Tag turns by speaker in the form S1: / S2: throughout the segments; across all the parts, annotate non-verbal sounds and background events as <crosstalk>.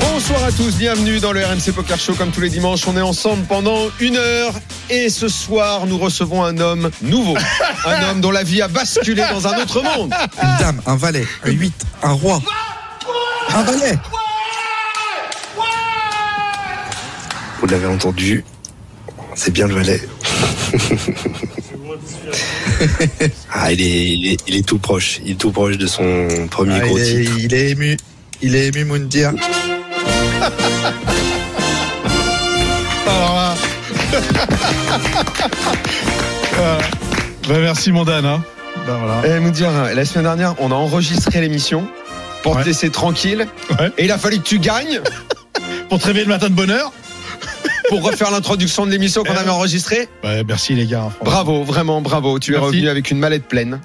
S1: Bonsoir à tous, bienvenue dans le RMC Poker Show. Comme tous les dimanches, on est ensemble pendant une heure. Et ce soir, nous recevons un homme <laughs> nouveau. un homme dont la vie a basculé dans un autre monde.
S2: Une dame, un valet, un 8, un roi. Un valet
S3: Vous l'avez entendu, c'est bien le
S2: <laughs>
S3: valet. ah, il est, il, est, il est tout proche, il est tout proche de son premier
S2: Ah,
S3: gros
S2: il, est,
S3: titre.
S2: il est ému. Il est ému, Moundir.
S4: Alors là. Voilà. Bah, merci mon Dan. hein. Bah, voilà.
S1: Eh, Moudir, la semaine dernière, on a enregistré l'émission pour
S4: Ouais.
S1: te laisser tranquille.
S4: Ouais.
S1: Et il a fallu que tu gagnes
S4: Pour te réveiller le matin de bonne heure.
S1: pour refaire l'introduction de l'émission qu'on avait enregistrée.
S4: Bah, merci les gars. hein, franchement.
S1: Bravo, vraiment bravo. Tu es
S4: Merci.
S1: revenu avec une mallette <laughs> pleine.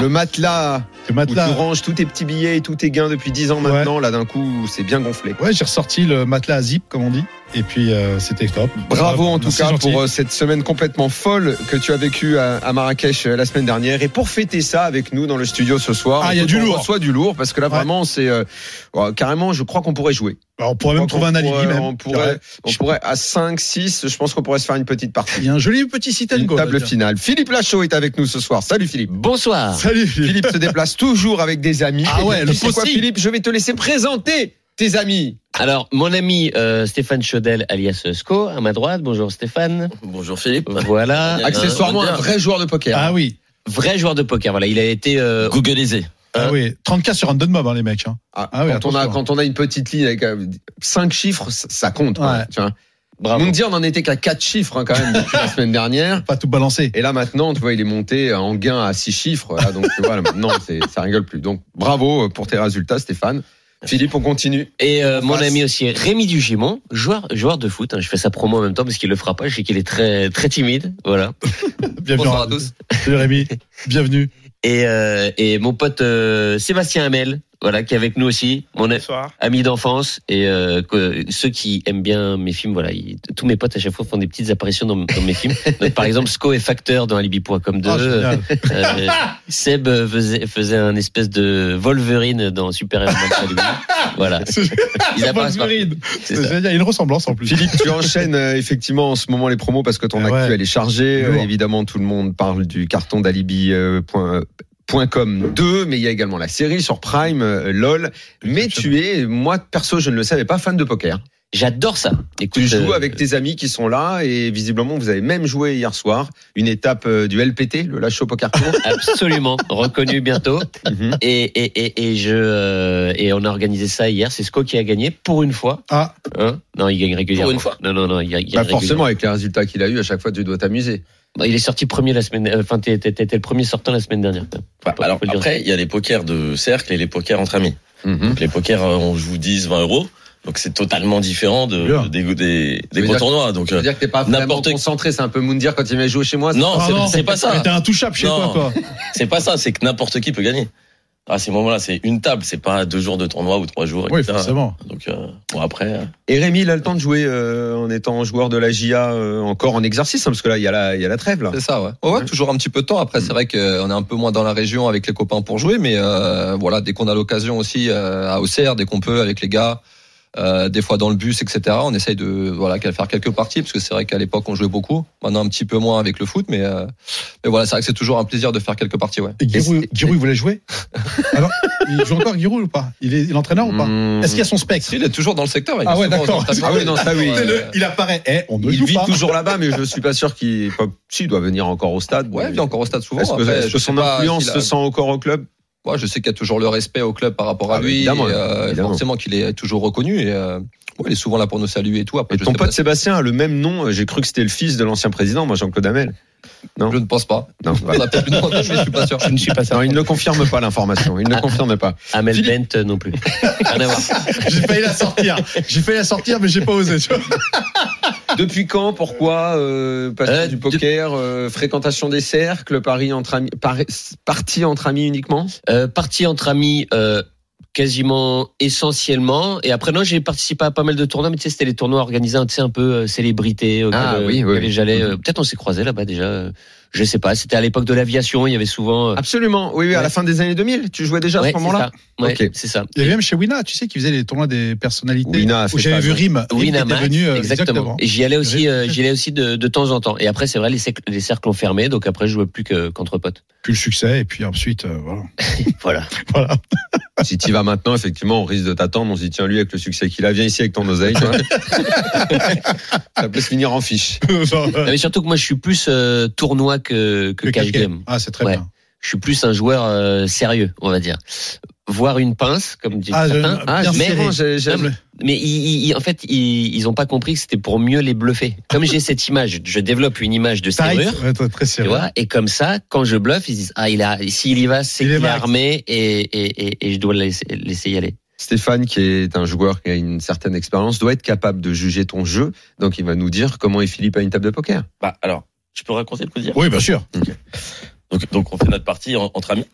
S1: le matelas
S4: Le
S1: où tu
S4: matelas.
S1: ranges tous tes petits billets et tous tes gains depuis 10 ans
S4: Ouais.
S1: maintenant, là d'un coup, c'est bien gonflé.
S4: Ouais, j'ai ressorti le matelas à zip comme on dit. Et puis euh, c'était top.
S1: Bravo en tout
S4: Merci,
S1: cas
S4: gentil.
S1: pour euh, cette semaine complètement folle que tu as vécue à, à Marrakech euh, la semaine dernière et pour fêter ça avec nous dans le studio ce soir.
S4: Ah, il y a
S1: Écoute,
S4: du
S1: on
S4: lourd.
S1: reçoit du lourd parce que là
S4: Ouais.
S1: vraiment c'est euh, ouais, carrément je crois qu'on pourrait jouer.
S4: Bah, on pourrait même
S1: Je crois
S4: trouver un
S1: qu'on
S4: alibi
S1: pourrait-
S4: même.
S1: On pourrait, on
S4: Je-
S1: pourrait à 5 6, je pense qu'on pourrait se faire une petite partie.
S4: Il y a un joli petit sit and
S1: Une
S4: go.
S1: table
S4: là,
S1: finale. Philippe Lachaud est avec nous ce soir. Salut Philippe.
S5: Bonsoir.
S4: tiens. Salut. Philippe.
S1: Philippe se
S4: <laughs>
S1: déplace toujours avec des amis.
S4: Ah
S1: Et
S4: ouais,
S1: tu
S4: le
S1: sais quoi,
S4: possible.
S1: Philippe, je vais te laisser présenter tes amis.
S6: Alors, mon ami euh, Stéphane Chaudel, alias Sco, à ma droite. Bonjour Stéphane.
S7: Bonjour Philippe.
S6: Voilà.
S7: Euh,
S1: Accessoirement,
S7: on
S1: un
S7: dirait-
S1: vrai joueur de poker.
S4: Ah oui.
S6: Vrai joueur de poker. Voilà, il a été. euh,
S7: Googleisé.
S4: Ah oui. 30K sur Random Mob hein, les mecs. hein.
S1: Ah,
S4: Ah oui,
S1: quand, on a,
S4: attention.
S1: quand on a une petite ligne avec 5 chiffres, ça, ça compte. quand
S4: Ouais.
S1: même, tu vois.
S6: bravo.
S1: Mundi, on en était qu'à 4 chiffres hein, quand même depuis
S4: <laughs>
S1: la semaine dernière.
S4: Pas tout balancé.
S1: Et là maintenant, tu vois, il est monté en gain à 6 chiffres. Là, donc tu vois, là, maintenant, c'est- ça rigole plus. Donc bravo euh, pour tes résultats, Stéphane. Philippe, on continue.
S6: Et euh, mon
S1: Face.
S6: ami aussi Rémi Dugimon, joueur joueur de foot. hein. Je fais sa promo en même temps parce qu'il le fera pas. Je sais qu'il est très très timide. Voilà.
S4: Bienvenue.
S1: Bonsoir à
S4: Random.
S1: tous. <laughs>
S4: Salut Rémi. Bienvenue.
S6: Et euh, et mon pote euh, Sébastien Hamel, voilà, qui est avec nous aussi. Mon a- ami d'enfance et euh, que- ceux qui aiment bien mes films. Voilà, ils- tous mes potes à chaque fois font des petites apparitions dans, dans mes
S7: <laughs>
S6: films. Donc, par exemple, Sco est facteur dans Alibi.com 2.
S1: Oh,
S4: Ah, génial.
S6: Euh, Seb euh, faisait, faisait un espèce de Wolverine dans Super Héros Academy. voilà. Ils apparaissent pas.
S4: Wolverine.
S6: C'est
S4: C'est
S6: ça.
S4: génial. Il y a une ressemblance en plus.
S1: Philippe, tu enchaînes euh, effectivement en ce moment les promos parce que ton
S4: Ah ouais.
S1: actu elle est chargée. Euh,
S4: Lourd.
S1: évidemment, tout le monde parle du carton d'alibi. euh, point- point .com 2, mais il y a également la série sur Prime, euh, LOL. Mais tu es, moi perso, je ne le savais pas, fan de poker.
S6: J'adore ça. Écoute,
S1: Tu joues
S6: euh,
S1: avec tes amis qui sont là et visiblement vous avez même joué hier soir une étape euh, du LPT, le Lacho Poker
S6: <laughs>
S1: Tour.
S6: <laughs> Absolument, reconnu bientôt.
S1: Mhm.
S6: Et, et, et, et, je, euh, et on a organisé ça hier. C'est Sco qui a gagné pour une fois.
S4: Ah.
S6: Hein non, il gagne régulièrement.
S7: une fois.
S6: Non, non, non, il gagne, il gagne
S1: Bah
S6: régulièrement.
S1: forcément avec les résultats qu'il a eu à chaque fois tu dois t'amuser.
S6: Bah, Il est sorti premier la semaine. euh, Enfin, t'es- t'es- t'étais le premier sortant la semaine dernière. Faut
S7: Bah,
S6: pas-
S7: alors
S6: faut le dire.
S7: après, il y a les pokers de cercle et les pokers entre amis. Donc, les pokers, euh, on joue 10, 20 euros. Donc c'est totalement différent de,
S4: Bien.
S7: de- des, des, des
S1: veut
S7: gros
S1: dire-
S7: tournois. Donc
S1: Ça
S7: euh,
S1: veut dire que t'es pas vraiment
S7: N'importe-
S1: concentré, c'est un peu Moundir quand il vient jouer chez moi.
S7: non,
S4: Ah
S7: c'est-
S4: non.
S7: c'est pas
S4: Mais
S7: ça.
S4: T'es intouchable chez
S7: Non.
S4: toi, toi.
S7: C'est pas ça. C'est que n'importe qui peut gagner. À ces moments-là, c'est une table. C'est pas deux jours de tournoi ou trois jours.
S4: Oui,
S7: etc.
S4: forcément.
S7: Donc euh, bon après, euh,
S1: Et Rémi, il a le temps de jouer euh, en étant joueur de la JA euh, encore en exercice, hein, parce que là il y a la, il y a la trêve là.
S8: C'est ça, ouais. Ouais, ouais, toujours un petit peu de temps. Après, c'est vrai qu'on est un peu moins dans la région avec les copains pour jouer, mais euh, voilà, dès qu'on a l'occasion aussi euh, à Auxerre, dès qu'on peut avec les gars, euh, des fois dans le bus, etc. On essaye de voilà qu'à faire quelques parties parce que c'est vrai qu'à l'époque on jouait beaucoup. Maintenant un petit peu moins avec le foot, mais euh, mais voilà, c'est vrai que c'est toujours un plaisir de faire quelques parties, ouais.
S4: Et Giroud, Giroud, il voulait <laughs> jouer Alors, il joue encore Giroud ou pas Il est il est entraîneur ou pas
S1: Mmh.
S4: Est-ce qu'il y a son spectre
S8: Il est toujours dans le secteur. il est
S4: Ah ouais,
S8: souvent
S4: d'accord.
S8: dans le
S1: Ah oui, non, ça oui.
S8: Ouais.
S4: Il apparaît. Eh, on ne
S1: Il
S4: joue
S1: vit
S4: <laughs> pas.
S1: toujours là-bas, mais je suis pas sûr qu'il. enfin, si, il doit venir encore au stade.
S8: Ouais, il vient encore au stade souvent.
S1: Est-ce que,
S8: Après,
S1: est-ce que
S8: je sais
S1: son
S8: pas
S1: influence
S8: s'il a-
S1: se sent encore au club
S8: Moi, je sais qu'il y a toujours le respect au club par rapport à
S1: Ah,
S8: lui.
S1: évidemment,
S8: et, euh,
S1: évidemment.
S8: Forcément qu'il est toujours reconnu et euh, ouais, il est souvent là pour nous saluer et tout. Après,
S1: Et
S8: je
S1: ton
S8: sais pas
S1: pote Sébastien a le même nom. euh, J'ai cru que c'était le fils de l'ancien président, moi Jean-Claude Hamel. non.
S8: Je ne pense pas.
S1: Non,
S8: On a peut-être une trentaine, mais <laughs> je suis pas sûr.
S6: je ne suis pas
S1: Non,
S6: certain.
S1: il ne confirme pas l'information. Il ne confirme pas.
S6: Amel Bent euh, non
S7: <laughs>
S6: plus. Rien à voir.
S4: J'ai failli la sortir. J'ai failli la sortir, mais j'ai pas osé. tu vois.
S1: Depuis quand Pourquoi euh, Passion du poker, euh, fréquentation des cercles, Paris entre amis, Paris- partie entre amis uniquement
S6: Euh, partie entre amis euh, quasiment essentiellement. Et après, non, j'ai participé à pas mal de tournois, mais tu sais, c'était les tournois organisés, tu sais, un peu euh, célébrités. auxquels,
S1: Ah,
S6: euh,
S1: oui, oui,
S6: auxquels
S1: oui.
S6: J'allais. euh, Peut-être on s'est croisés là-bas déjà. euh, Je sais pas. C'était à l'époque de l'aviation. Il y avait souvent. euh,
S1: Absolument, oui, oui, à la fin des années 2000, tu jouais déjà Ah, à
S6: ouais,
S1: ce moment-là
S6: c'est ça. Ouais,
S1: Ok.
S6: c'est ça.
S4: Il y avait même chez Wina, tu sais, qui faisait les tournois des personnalités.
S1: Wina a
S4: où
S1: fait
S4: j'avais
S1: ça,
S4: vu
S1: donc.
S4: Rim. Rim était
S6: Winamax,
S4: venu, euh,
S6: exactement. Et j'y allais
S4: Rim.
S6: aussi, euh, j'y allais aussi de, de temps en temps. Et après, c'est vrai, les cercles, les cercles ont fermé, donc après, je jouais plus que qu'entre potes.
S4: Puis le succès, et puis ensuite, euh, voilà.
S6: Voilà.
S4: <laughs> voilà.
S1: Si tu vas maintenant, effectivement, on risque de t'attendre. On se dit, tiens, lui, avec le succès qu'il a, viens ici avec ton oseille. <laughs> tu vois. Ça peut se finir en fiche.
S6: Non, mais surtout que moi, je suis plus euh, tournoi que, que
S4: euh, Le
S6: cash
S4: cricket.
S6: game.
S4: Ah, c'est très
S6: Ouais.
S4: bien.
S6: je suis plus un joueur euh, sérieux, on va dire. Voir une pince, comme disent
S4: Ah, je-
S6: certains.
S4: bien
S6: mais,
S4: serré.
S6: non, je- je-
S4: J'aime.
S6: mais ils- ils- en fait, ils, ils ont pas compris que c'était pour mieux les bluffer. Comme j'ai cette image, je développe une image de
S4: Tight,
S6: serrure.
S4: ouais, très- très
S6: Tu
S4: serré.
S6: vois, et comme ça, quand je bluffe, ils disent ah il a, s'il y va, c'est
S4: Il est
S6: qu'il est
S4: max.
S6: armé et, et, et, et je dois le laisser, laisser y aller.
S1: Stéphane, qui est un joueur qui a une certaine expérience, doit être capable de juger ton jeu. Donc, il va nous dire comment est Philippe à une table de poker.
S8: Bah, alors, je peux raconter le coup de dire
S4: Oui, bien sûr.
S8: donc, donc, on fait notre partie en- entre amis.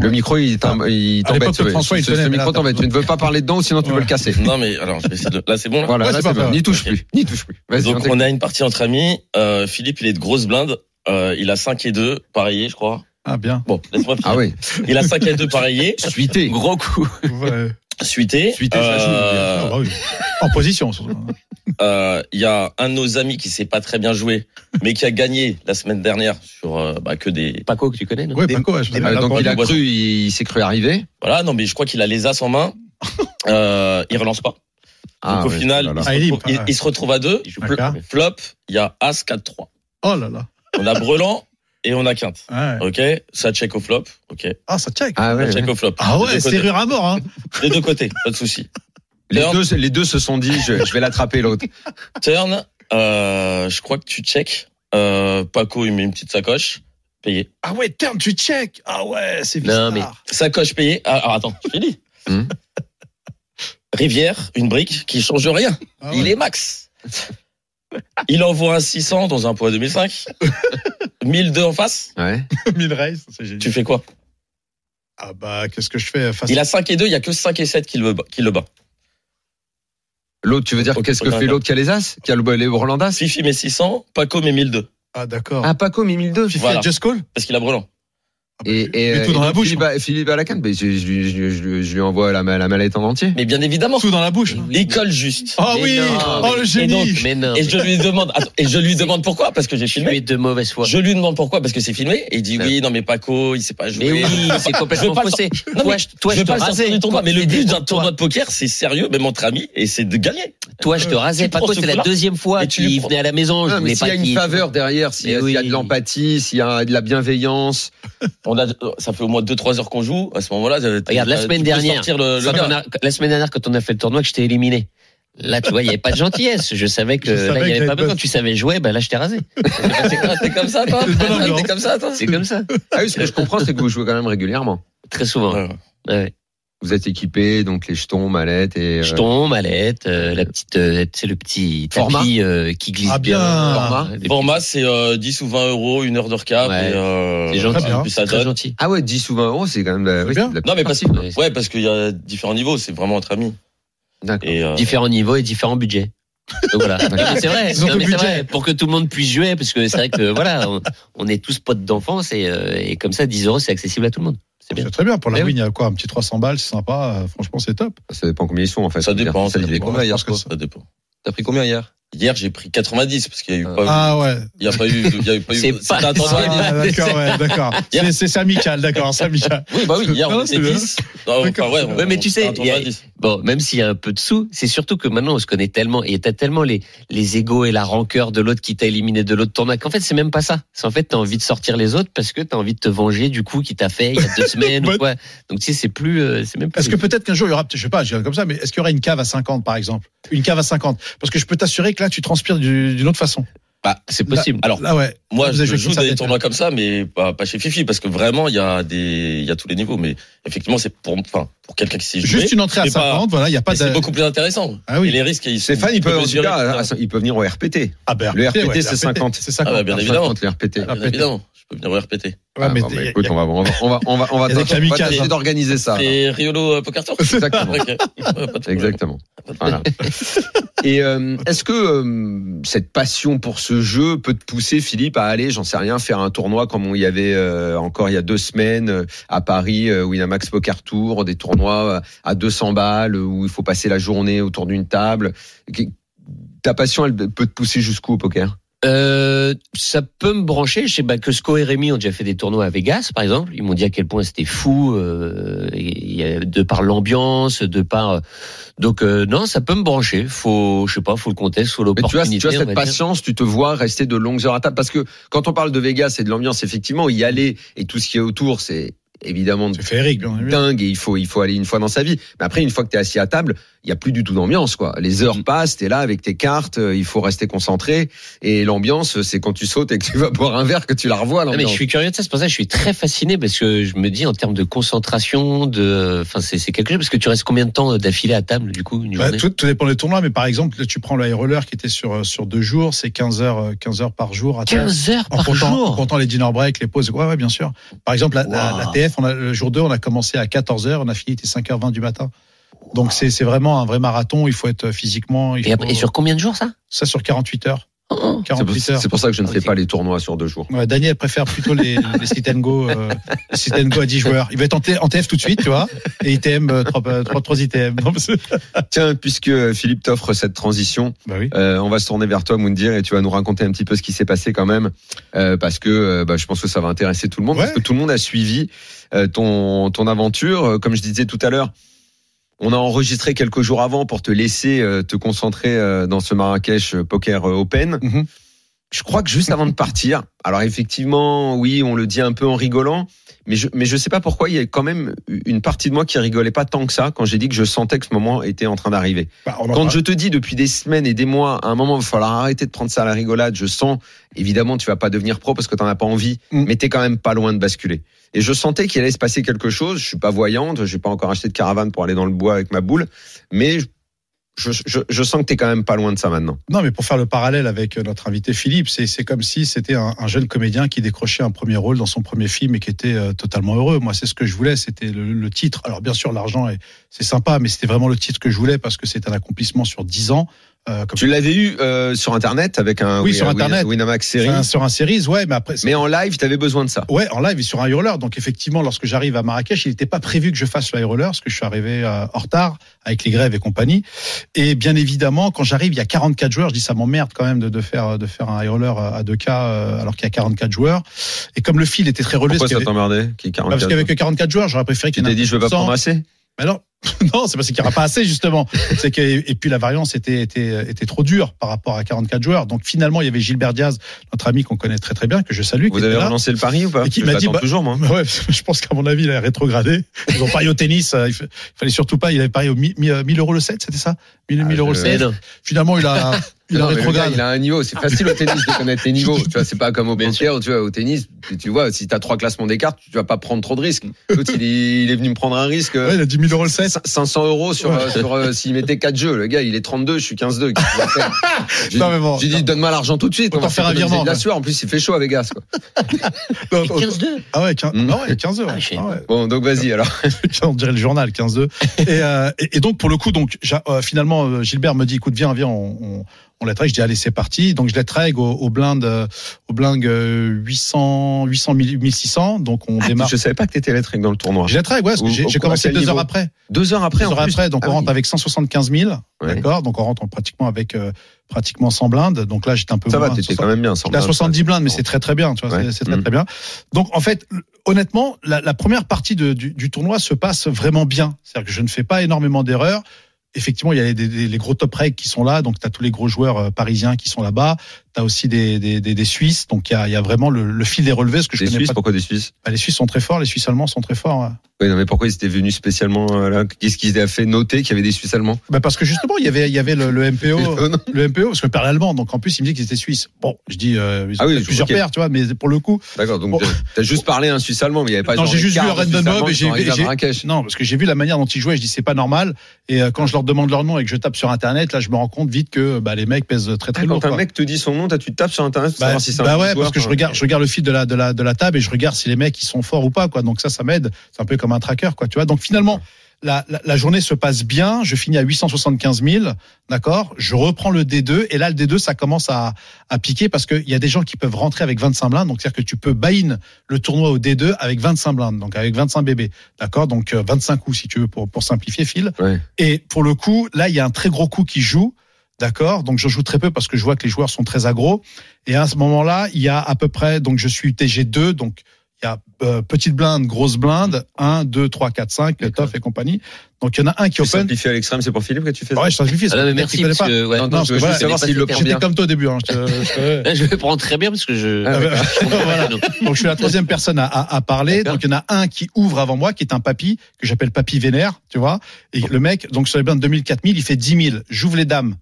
S1: Le micro, il t'em- il
S4: Ah. À l'époque,
S1: t'embête. ouais.
S4: François,
S1: Ce
S4: il
S1: ce
S4: tenait, mais là,
S1: micro t'embête.
S4: t'as-
S1: Tu ne veux pas parler dedans, sinon tu peux
S4: Ouais.
S1: le casser.
S8: Non, mais alors, je vais essayer de. Là, c'est bon, là
S1: Voilà,
S4: Ouais,
S1: là,
S4: c'est
S1: c'est
S4: pas
S1: bon.
S4: grave.
S1: N'y touche
S8: Ok.
S1: plus. N'y touche plus. Vas-y, on
S8: Donc,
S1: t'écoute.
S8: on a une partie entre amis. Euh, Philippe, il est de grosse blinde. Euh, il a 5 et 2, pareillé, je crois.
S4: Ah, bien.
S8: Bon, laisse-moi finir.
S1: Ah oui,
S8: Il a 5 et 2,
S6: <laughs>
S8: pareillé.
S1: suité.
S8: Gros coup.
S4: Ouais.
S8: Suité.
S4: Suité, ça joue,
S8: Euh,
S4: bien sûr. Bah oui. En position, surtout.
S8: Euh, il y a un de nos amis qui s'est pas très bien
S6: <laughs>
S8: joué, mais qui a gagné la semaine dernière sur euh, bah, que des.
S6: Paco que tu connais, non
S4: Oui, Paco, ouais, je
S1: Euh, donc, il a cru, il, il s'est cru arrivé.
S8: Voilà, non mais je crois qu'il a les as en
S6: <laughs>
S8: main. Euh, il relance pas.
S1: Ah,
S8: donc au
S1: ouais,
S8: final,
S1: oh là là.
S4: Ah,
S8: il, se
S4: il est libre,
S8: retrouve, il-
S4: ouais.
S8: il se retrouve à deux.
S6: Il joue
S4: D'accord.
S6: plus.
S8: Flop, il y a as 4-3.
S4: Oh là là.
S8: On
S6: <laughs>
S8: a brelan et on a quinte.
S4: Ouais.
S8: Ok, ça check au flop. Ok,
S4: Ah, ça check.
S1: Ah ouais,
S8: ça check
S1: ouais.
S8: au flop.
S4: Ah
S8: Des
S4: ouais,
S8: deux côtés.
S4: serrure à mort. Hein.
S8: Des deux côtés, pas de souci.
S1: Les
S8: Turn,
S1: deux, les deux se sont dit, je, je vais l'attraper l'autre.
S8: turn. euh, je crois que tu check. Euh, Paco, il met une petite sacoche. Payé.
S4: Ah ouais, turn, tu check. Ah ouais, c'est
S6: Non,
S4: bizarre. <laughs>
S6: mais-
S8: Sacoche payée. Ah, alors attends, je finis.
S1: Hmm.
S8: <laughs> Rivière, une brique qui change rien.
S4: Ah
S8: Il
S4: ouais.
S8: est max. Il envoie un 600 dans un poids <laughs> 2005. 1002 en face.
S1: <laughs> Ouais.
S4: Mille races, c'est génial.
S8: Tu fais quoi
S4: Ah bah, qu'est-ce que je fais face
S8: Il a 5 et 2, il y a que 5 et 7 qui le, bat- qui le bat.
S1: L'autre, tu veux dire,
S8: Ok,
S1: qu'est-ce que
S8: regarde.
S1: fait l'autre qui a les As Qui a le, les Rolandas
S8: Fifi met 600, Paco met 1002.
S4: Ah d'accord.
S1: Ah, Paco, mais 1002.
S4: Fifi
S8: voilà.
S4: à Just Call
S8: Parce qu'il a brelan.
S4: Ah bah,
S1: Et, et,
S4: mets tout
S1: euh,
S4: dans
S1: et
S4: la bouche.
S1: Philippe, à- Philippe à la canne, mais je, je, lui- je, lui- je lui- je lui envoie la, ma- la mallette en entier.
S8: Mais bien évidemment,
S4: Tout dans la bouche.
S8: il colle juste.
S4: Ah
S6: Mais
S4: oui,
S6: non,
S4: oh le
S6: mais-
S4: génie.
S8: et donc,
S6: Mais non,
S8: Et je
S6: <laughs>
S8: lui demande, attends, et je lui demande pourquoi Parce que j'ai
S6: tu
S8: filmé.
S6: es de mauvaise foi.
S8: Je lui demande pourquoi Parce que c'est filmé. Et il dit
S6: Ouais.
S8: oui, non mais Paco, il sait pas jouer.
S6: Mais oui, c'est
S8: Je
S6: complètement
S8: veux pas le
S6: faussé.
S8: mais
S6: Toi, je, toi,
S8: je
S6: je
S8: veux
S6: te
S8: pas sortir
S6: rasais.
S8: du tournoi, mais
S6: Toi,
S8: le
S6: c'était
S8: but
S6: pour
S8: d'un
S6: toi.
S8: tournoi de poker, c'est sérieux, même entre amis, et c'est de gagner.
S6: Toi, je te rasais.
S8: Tu prends
S6: Paco,
S8: ce
S6: c'est la
S8: coup-là
S6: deuxième fois
S8: et tu
S6: qu'il
S8: le prends.
S6: venait à la maison. Je
S1: Non, mais
S6: voulais
S1: s'il y
S6: pas
S1: a une
S6: qu'il-
S1: faveur derrière, s'il y, a-
S6: Mais
S1: s'il y a
S6: oui.
S1: de l'empathie, s'il y a de la bienveillance,
S8: On a, ça fait au moins 2-3 heures qu'on joue. À ce moment-là, t'as-
S6: Regarde, la
S8: t'as- euh, tu
S6: semaine
S8: peux
S6: dernière,
S8: sortir le- le
S6: Quand
S8: gars.
S6: on a- la semaine dernière, quand on a fait le tournoi, que je t'ai éliminé. Là, tu vois, il n'y avait pas de gentillesse. Je savais que
S4: Je savais
S6: là, il
S4: que
S6: n'y avait
S4: j'avais
S6: pas besoin.
S4: pas-
S6: Quand tu savais jouer, ben là, je
S4: <laughs>
S6: t'ai rasé.
S8: T'es comme- T'es comme
S6: <laughs>
S8: ça, toi
S4: C'est une bonne ambiance.
S8: T'es comme ça, toi
S6: C'est comme ça.
S1: Ah oui, ce que je comprends, c'est que vous jouez quand même régulièrement.
S6: Très souvent.
S8: Ouais.
S6: Ouais.
S1: Vous êtes équipé, donc les jetons, mallettes et. euh,
S6: Jetons, mallette, euh, la petite, euh, tu sais, le petit
S1: Format.
S6: tapis euh, qui glisse
S4: Ah, bien.
S6: bien.
S4: Format.
S6: Les petits-
S8: Format, c'est euh, 10 ou 20 euros, une heure de recap.
S6: Ouais.
S8: et, euh,
S6: C'est gentil.
S8: et puis ça
S6: C'est très
S8: donne.
S6: gentil.
S1: Ah ouais, 10 ou 20 euros, c'est quand même. euh, oui,
S4: bien.
S1: c'est de la-
S8: Non, mais parce,
S6: Ouais, c'est-
S8: ouais, parce qu'il y a différents niveaux, c'est vraiment entre amis.
S1: D'accord.
S8: Et, euh,
S6: Différents niveaux et différents budgets. Donc voilà. Non, mais c'est vrai.
S4: Ils ont
S6: Non,
S4: le
S6: mais c'est
S4: budget.
S6: vrai. Pour que tout le monde puisse jouer, parce que c'est vrai que voilà, on, on est tous potes d'enfance et, euh, et comme ça, 10 euros, c'est accessible à tout le monde. C'est bien.
S4: C'est très bien pour la
S6: Mais
S4: win,
S6: oui.
S4: il y a quoi Un petit 300 balles, c'est sympa, euh, franchement c'est top.
S1: Ça dépend combien ils sont en fait.
S8: Ça dépend,
S1: Ça
S8: ça
S1: dépend.
S8: dépend.
S1: Combien hier,
S4: Je pense que
S1: quoi
S4: ça-
S8: ça dépend.
S1: T'as pris combien hier
S8: Hier, j'ai pris 90 parce qu'il y a eu
S1: Ah.
S8: pas.
S4: Ah ouais.
S8: Il y a pas eu. Il y a eu pas eu.
S6: C'est
S8: c'était
S6: pas-
S8: un tournoi.
S4: Ah, d'accord, ouais, d'accord.
S8: Hier-
S4: C'est- C'est c'est amical, d'accord, c'est amical.
S8: Oui, bah oui, hier, on
S4: Non,
S8: était
S4: c'est bien.
S8: 10. Non, enfin,
S4: D'accord.
S8: ouais, on-
S6: Ouais, mais tu
S8: c'était
S6: sais,
S8: un tournoi
S6: il y a-
S8: à 10.
S6: Bon, même s'il y a un peu de sous, c'est surtout que maintenant on se connaît tellement et t'as tellement les les égos et la rancœur de l'autre qui t'a éliminé de l'autre tournoi qu'en fait c'est même pas ça. C'est en fait t'as envie de sortir les autres parce que t'as envie de te venger du coup qui t'a fait il y a deux semaines ou
S4: Bonne-
S6: quoi. Donc tu sais c'est plus euh, c'est même plus.
S4: Parce que peut-être qu'un jour il y aura, je sais pas, je dirais comme ça, mais est-ce qu'il y aura une cave à 50 par exemple Une cave à 50 Parce que je peux t'assurer que là tu transpires du- d'une autre façon.
S8: Bah, c'est possible.
S4: Là-
S8: Alors,
S4: là, ouais.
S8: moi,
S4: Vous
S8: je
S4: avez joué
S8: joue
S4: que ça,
S8: dans des
S4: peut-être.
S8: tournois comme ça, mais pas, pas chez Fifi, parce que vraiment, il y a des, il y a tous les niveaux. Mais effectivement, c'est pour, enfin, pour quelqu'un qui s'est joué.
S4: Juste une entrée à
S8: c'est pas-
S4: 50, voilà, il n'y a pas
S8: et C'est
S4: de.
S8: beaucoup plus intéressant.
S4: Ah oui.
S8: Et les risques, ils sont-
S1: Stéphane, il peut, en tout
S8: mesurés.
S1: cas, ah, à- à- il peut venir au RPT.
S4: Ah ben,
S1: Le
S4: RPT,
S1: RPT,
S4: ouais,
S1: c'est 50.
S4: C'est
S8: Ah
S4: 50.
S8: bah, bien
S1: Enfin,
S8: évidemment.
S1: contre le RPT.
S8: Bien évidemment. Je peux venir au RPT.
S4: Ouais, mais
S1: Ah, bon,
S4: y a-
S1: bah, écoute,
S4: y a-
S1: on va, on va, on va, on va,
S8: <laughs>
S1: on va,
S4: Il y a des
S1: tâcher- on va
S4: kamikazes,
S1: tâcher
S4: hein.
S1: d'organiser ça.
S8: C'est Riolo euh, Poker Tour
S1: Ah, Exactement.
S8: Ok. Ouais, pas de problème.
S1: Exactement.
S8: <laughs>
S1: Voilà. Et euh, est-ce que euh, cette passion pour ce jeu peut te pousser, Philippe, à aller, j'en sais rien, faire un tournoi comme on y avait euh, encore il y a deux semaines euh, à Paris, euh, Winamax Poker Tour, des tournois euh, à 200 balles euh, où il faut passer la journée autour d'une table. Qu- Ta passion, elle peut te pousser jusqu'où au poker
S6: Euh, ça peut me brancher. Je sais pas que Sco et Rémi ont déjà fait des tournois à Vegas, par exemple. Ils m'ont dit à quel point c'était fou, euh, et- et, euh, de par l'ambiance, de par. euh, Donc euh, non, ça peut me brancher. Faut, je sais pas, faut le contexte, faut
S1: Mais tu vois,
S6: l'opportunité.
S1: tu vois
S6: on
S1: cette
S6: va dire.
S1: patience, tu te vois rester de longues heures à table. Parce que quand on parle de Vegas et de l'ambiance, effectivement, y aller et tout ce qui est autour, c'est évidemment
S4: C'est féerique, bien entendu.
S1: dingue et il faut, il faut aller une fois dans sa vie. Mais après, une fois que tu es assis à table, il n'y a plus du tout d'ambiance. quoi. Les
S6: Mm.
S1: heures passent, tu es là avec tes cartes, euh, il faut rester concentré. Et l'ambiance, c'est quand tu sautes et que tu vas <laughs> boire un verre que tu la revois.
S6: Non, mais je
S1: l'ambiance.
S6: suis curieux de ça, c'est pour ça que je suis très fasciné parce que je me dis en termes de concentration, de, enfin c'est c'est quelque chose parce que tu restes combien de temps euh, d'affilée à table du coup une
S4: Bah,
S6: journée
S4: tout, tout dépend des tournois, mais par exemple, là, tu prends le high roller qui était sur, euh, sur deux jours, c'est 15 heures, euh, 15 heures par jour à table.
S6: 15 heures
S4: en
S6: par
S4: comptant, en
S6: jour.
S4: comptant les dinner breaks, les pauses. Ouais, ouais, bien sûr. Par exemple, la, la-
S6: Wow.
S4: la TF, on a, le jour 2, on a commencé à 14h, on a fini, il était 5h20 du matin. Donc, c'est c'est vraiment un vrai marathon. Il faut être euh, physiquement. Il
S6: Et,
S4: faut-
S6: après- et sur combien de jours ça
S4: Ça, sur 48 heures.
S6: Oh.
S1: C'est pour-
S4: 48 heures.
S1: C'est pour ça que je ne fais
S6: Ok.
S1: pas les tournois sur deux
S6: <laughs>
S1: jours.
S4: Ouais, Daniel préfère plutôt les, les sit and go, euh, les sit and go à 10 joueurs. Il va être en, T- en TF tout de suite, tu vois. Et ITM, 3, ITM. Non, mais c'est-
S1: Bah Tiens, puisque Philippe t'offre cette transition,
S4: bah oui.
S1: Euh, on va se tourner vers toi, Moundir, et tu vas nous raconter un petit peu ce qui s'est passé quand même, euh, parce que euh, bah, je pense que ça va intéresser tout le monde,
S4: Ouais.
S1: parce que tout le monde a suivi euh, ton, ton aventure. Euh, Comme je disais tout à l'heure, on a enregistré quelques jours avant pour te laisser euh, te concentrer euh, dans ce Marrakech Poker euh, Open.
S4: Mhm.
S1: Je crois que juste avant de partir, alors effectivement, oui, on le dit un peu en rigolant, mais je mais je sais pas pourquoi il y a quand même une partie de moi qui rigolait pas tant que ça quand j'ai dit que je sentais que ce moment était en train d'arriver.
S4: Bah, on en
S1: Quand
S4: parle.
S1: je te dis depuis des semaines et des mois, à un moment, il va falloir arrêter de prendre ça à la rigolade. Je sens, évidemment, tu vas pas devenir pro parce que t'en as pas envie,
S4: Mm.
S1: mais t'es quand même pas loin de basculer. Et je sentais qu'il allait se passer quelque chose. Je suis pas voyante, j'ai pas encore acheté de caravane pour aller dans le bois avec ma boule, mais je, je, je sens que t'es quand même pas loin de ça maintenant.
S4: Non, mais pour faire le parallèle avec euh, notre invité Philippe, c'est c'est comme si c'était un, un jeune comédien qui décrochait un premier rôle dans son premier film et qui était euh, totalement heureux. Moi, c'est ce que je voulais, c'était le, le titre. Alors, bien sûr, l'argent, est- c'est sympa, mais c'était vraiment le titre que je voulais parce que c'est un accomplissement sur 10 ans. euh, comme
S1: Tu l'avais eu euh, sur Internet avec un
S4: Oui,
S1: Win-
S4: sur
S1: Win-
S4: Internet.
S1: Winamax
S4: sur
S1: série,
S4: un, sur un series, ouais, mais après, c'est-
S1: mais en live, t'avais besoin de ça.
S4: Ouais, en live et sur un hurleur. Donc effectivement, lorsque j'arrive à Marrakech, il n'était pas prévu que je fasse le high roller, parce que je suis arrivé euh, en retard avec les grèves et compagnie. Et bien évidemment, quand j'arrive, il y a 44 joueurs. Je dis ça m'emmerde quand même de, de faire de faire un high roller à 2K euh, alors qu'il y a 44 joueurs. Et comme le fil était très relevé,
S1: Pourquoi
S4: parce qu'il y
S1: ça
S4: avait-
S1: t'emmerdait qu'il y ait
S4: bah, parce
S1: 44?
S4: qu'il y avait que 44 joueurs, j'aurais préféré
S1: Tu
S4: qu'il y en
S1: t'es
S4: ait
S1: dit, je vais pas
S4: 100.
S1: prendre assez
S4: Mais non, <laughs> non, c'est parce qu'il n'y aura pas assez justement. C'est que et puis la variance était était était trop dure par rapport à 44 joueurs. Donc finalement, il y avait Gilbert Diaz, notre ami qu'on connaît très très bien, que je salue. qui
S1: Vous
S4: était
S1: avez
S4: là.
S1: relancé le pari ou pas
S4: Et qui
S1: Je
S4: m'a dit,
S1: l'attends
S4: bah-
S1: toujours, moi.
S4: Bah Ouais, <laughs> je pense qu'à mon avis, il a rétrogradé. Ils ont parié au tennis. euh, Il fa- il fallait surtout pas. Il avait parié au mi- mi- euh, 1000 euros le set, c'était ça 1000, 1000 euros le
S1: je-
S6: Mais
S4: set.
S6: non.
S4: Finalement,
S1: <laughs>
S4: il a, il a
S1: Non, mais le gars,
S4: rétrogradé.
S1: il a un niveau, c'est facile au tennis de connaître les
S4: <laughs>
S1: niveaux. Tu vois, c'est pas comme au poker, tu vois, au tennis, tu- tu vois, si t'as trois classements d'écart, tu vas pas prendre trop de
S4: <laughs>
S1: risques. L'autre, il, est- il est venu me prendre un risque. euh,
S4: Ouais, il a dit 1000 euros
S1: <laughs>
S4: le set.
S1: 500 euros sur,
S4: Ouais.
S1: euh, sur euh, s'il mettait 4 jeux. Le gars, il est 32, je suis 15-2. qu'est-ce qu'il va faire
S4: <laughs>
S1: J'ai
S4: Non, mais bon.
S1: j'ai dit, donne-moi l'argent tout de suite.
S4: Autant
S1: on va
S4: faire un
S1: s'économiser
S4: virement,
S1: de La
S4: ouais.
S1: sueur, en plus, il fait chaud à Vegas. Quoi.
S4: Non,
S6: Et
S4: non,
S6: 15-2
S4: Ah ouais, 15,
S1: Mm.
S4: ah ouais, 15 euros.
S6: Ah, je sais
S4: Ah ouais. <laughs>
S1: Bon, donc vas-y, alors.
S4: on dirait le journal 15-2. Et, euh, et, et donc pour le coup, donc j'a- euh, finalement euh, Gilbert me dit écoute viens viens on, on, on la trague. Je dis allez c'est parti. Donc je la trague au, au blind euh, au blind euh, 800 800 1600. Donc on démarre.
S1: Ah, Je savais pas que t'étais lettré dans le tournoi.
S4: Je la trague ouais, parce que
S1: Au-
S4: j'ai
S1: au-
S4: j'ai
S1: à
S4: commencé
S1: quel
S4: deux
S1: niveau
S4: heures après.
S1: Deux heures après,
S4: Deux
S1: en
S4: heures
S1: plus.
S4: après, donc
S1: Ah
S4: on
S1: oui.
S4: rentre avec 175 000,
S1: Ouais.
S4: d'accord. Donc on rentre en pratiquement avec euh, pratiquement 100 blindes. Donc là j'étais un peu
S1: Ça va,
S4: moins,
S1: t'étais
S4: 60.
S1: quand même bien. sans
S4: La
S1: blague.
S4: 70 blindes, mais c'est très très bien, tu vois,
S1: Ouais.
S4: c'est- c'est très
S1: Mm.
S4: très bien. Donc en fait, l- honnêtement, la, la première partie de- du, du tournoi se passe vraiment bien. C'est-à-dire que je ne fais pas énormément d'erreurs. Effectivement, il y a les, des- des- les gros top regs qui sont là, donc tu as tous les gros joueurs euh, parisiens qui sont là-bas. T'as aussi des, des, des, des, Suisses, donc il y a, y a, vraiment le, le, fil des relevés. Ce que je
S1: des
S4: connais
S1: Suisses,
S4: pas.
S1: pourquoi des Suisses
S4: bah, Les Suisses sont très forts, les Suisses allemands sont très forts. hein.
S1: Oui, non, mais pourquoi ils étaient venus spécialement là Qu'est-ce qui a fait noter qu'il y avait des Suisses allemands
S4: bah Parce que justement, il y avait, il y avait le, le MPO, le MPO, parce que parlait allemand, donc en plus, il me dit qu'ils étaient Suisses. Bon, je dis, euh, ils ont ah oui, plusieurs okay. paires, tu vois, mais pour le coup.
S1: D'accord, donc bon, t'as juste parlé un Suisse allemand, mais il n'y avait pas
S4: Non, j'ai juste vu Red Bob et j'ai Non, parce que j'ai vu la manière dont ils jouaient, je dis, c'est pas normal. Et euh, quand je leur demande leur nom et que je tape sur Internet, là, je me rends compte vite que bah, les mecs pèsent très très
S1: lourd.
S4: Quand
S1: un mec te dit son nom, tu tapes sur Internet pour
S4: bah,
S1: savoir si c'est
S4: Bah
S1: un
S4: ouais, parce que je regarde, je regarde le fil de la, de, la, de la table et je regarde si les mecs ils sont forts ou pas, quoi. Donc ça, ça m'aide. C'est un peu comme un tracker, quoi. Tu vois, donc finalement. La, la, la, journée se passe bien, je finis à 875 000, d'accord Je reprends le D2, et là, le D2, ça commence à, à piquer parce qu'il y a des gens qui peuvent rentrer avec 25 blindes, donc c'est-à-dire que tu peux buy-in le tournoi au D2 avec 25 blindes, donc avec 25 bébés, d'accord Donc euh, 25 coups, si tu veux, pour, pour simplifier, Phil.
S1: Ouais.
S4: Et pour le coup, là, il y a un très gros coup qui joue, d'accord Donc je joue très peu parce que je vois que les joueurs sont très agro. Et à ce moment-là, il y a à peu près, donc je suis TG2, donc il y a euh, petite blinde, grosse blinde, 1, 2, 3, 4, 5, Toff et compagnie. Donc il y en a un qui
S1: tu
S4: open.
S1: simplifies à l'extrême, c'est pour Philippe que tu fais ça
S4: Ouais, je simplifie.
S6: Ah non, mais merci, parce que, ouais,
S4: non, non, parce que,
S6: je
S4: voilà, savoir s'il le prend J'étais comme toi au début. Hein, je, te,
S6: je, je, vais prendre très bien parce que je. Ah,
S4: <laughs> je voilà. Donc je suis la troisième personne à, à, à parler. Donc il y en a un qui ouvre avant moi, qui est un papy, que j'appelle papy vénère, tu vois. Et le mec, donc sur les blindes 2000, 4000, il fait 10 000. J'ouvre les dames.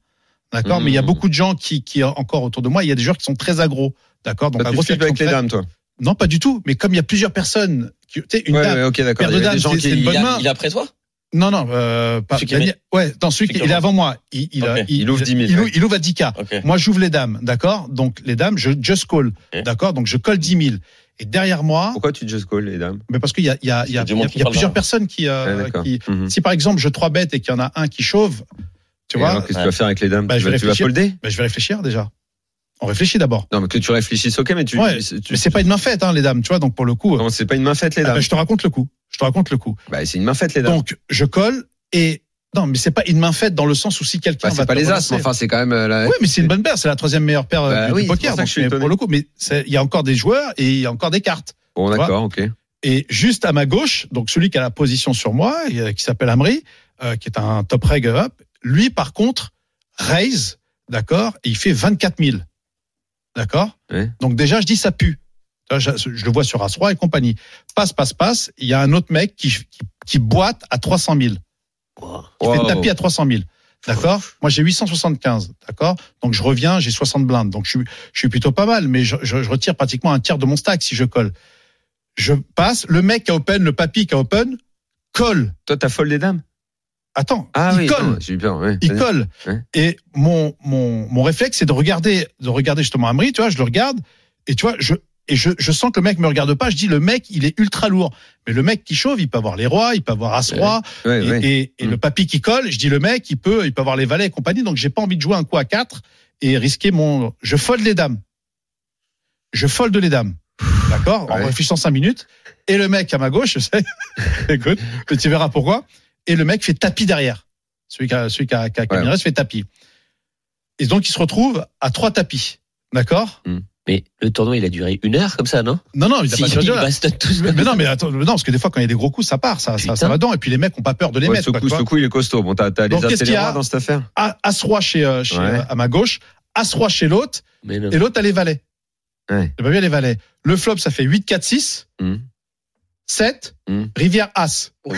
S4: D'accord mmh. Mais il y a beaucoup de gens qui, qui, encore autour de moi, il y a des joueurs qui sont très agro. D'accord
S1: Donc, agro, avec les dames, toi
S4: non, pas du tout. Mais comme il y a plusieurs personnes, tu sais, une
S1: ouais,
S4: dame,
S1: ouais, okay,
S4: paire de dames, c'est une bonne
S8: il
S4: main.
S8: A, il est après toi
S4: Non, non, euh, pas. Daniel, ouais, dans celui qui est, il est avant moi. Il, il,
S1: okay. il, il ouvre 10 000.
S4: Il, ouais. ouvre à 10 k. Okay. Moi, j'ouvre les dames, d'accord. Donc les dames, je just call, d'accord. Donc je colle 10 000. Et derrière moi.
S1: Pourquoi tu just call les dames
S4: Mais parce qu'il y a, il y a, il y a, y a, y a plusieurs personnes qui, euh, ah, qui mm -hmm. si par exemple je trois bêtes et qu'il y en a un qui chauffe, tu
S1: et
S4: vois.
S1: Qu'est-ce que tu vas faire avec les dames
S4: Tu
S1: vas folder
S4: Je vais réfléchir déjà. On réfléchit d'abord.
S1: Non, mais que tu réfléchisses, ok, mais tu.
S4: Ouais, tu mais c'est pas une main faite, hein, les dames, tu vois, donc pour le coup.
S1: Non, c'est pas une main faite, les dames. Ah
S4: ben, je te raconte le coup. Je te raconte le coup.
S1: Bah, c'est une main faite, les dames.
S4: Donc, je colle et. Non, mais c'est pas une main faite dans le sens où si quelqu'un.
S1: Bah, c'est pas les as, mais enfin, c'est quand même. euh, La...
S4: Oui, mais c'est une bonne paire, c'est la troisième meilleure paire euh,
S1: bah,
S4: du,
S1: oui,
S4: du poker,
S1: donc, je
S4: pour le coup. Mais il y a encore des joueurs et il y a encore des cartes.
S1: Bon, d'accord, ok.
S4: Et juste à ma gauche, donc celui qui a la position sur moi, qui s'appelle Amri, euh, qui est un top reg up, lui, par contre, raise, d'accord, et il fait 24 000. D'accord
S1: oui.
S4: Donc déjà, je dis ça pue. Je, je le vois sur As-Roi et compagnie. Passe, passe, passe. Il y a un autre mec qui, qui, qui boite à 300 000. Wow. Qui fait tapis à 300 000. D'accord wow. Moi, j'ai 875. D'accord Donc je reviens, j'ai 60 blindes. Donc je, je suis plutôt pas mal, mais je, je, je, retire pratiquement un tiers de mon stack si je colle. Je passe, le mec qui a open, le papy qui a open, colle.
S1: Toi, t'as folle des dames
S4: Attends, ah, il, oui, colle.
S1: Non, bien, oui,
S4: il colle. il oui. colle. Et mon, mon, mon réflexe, c'est de regarder, de regarder justement Amri, tu vois, je le regarde, et tu vois, je, et je, je sens que le mec me regarde pas, je dis, le mec, il est ultra lourd. Mais le mec qui chauve, il peut avoir les rois, il peut avoir as-roi, et, et, et mmh. le papy qui colle, je dis, le mec, il peut, il peut avoir les valets et compagnie, donc j'ai pas envie de jouer un coup à quatre et risquer mon, je fold les dames. Je fold les dames. D'accord? En réfléchissant cinq minutes. Et le mec à ma gauche, je sais. <laughs> Écoute, tu verras pourquoi et le mec fait tapis derrière. Celui qui a, celui qui a, qui a ouais. fait tapis. Et donc, il se retrouve à trois tapis. D'accord
S6: mmh. Mais le tournoi, il a duré une heure comme ça, non
S4: Non, non, il a
S6: si
S4: pas
S6: duré. Ils bastonnent tous.
S4: <laughs> Mais, mais non, mais attends, non, parce que des fois, quand il y a des gros coups, ça part, ça, ça, ça, va dedans. Et puis les mecs ont pas peur de les
S1: ouais,
S4: mettre.
S1: Ce,
S4: quoi,
S1: coup,
S4: quoi.
S1: ce coup, il est costaud. Bon, t'as, t'as les as les rois dans cette affaire.
S4: As-roi chez, euh, chez ouais. euh, à ma gauche, as-roi chez l'autre, et l'autre a les valets.
S1: Ouais.
S4: J'ai pas vu les valets. Le flop, ça fait 8-4-6.
S1: Hmm.
S4: Mmh. 7, mmh. Rivière As. Oh.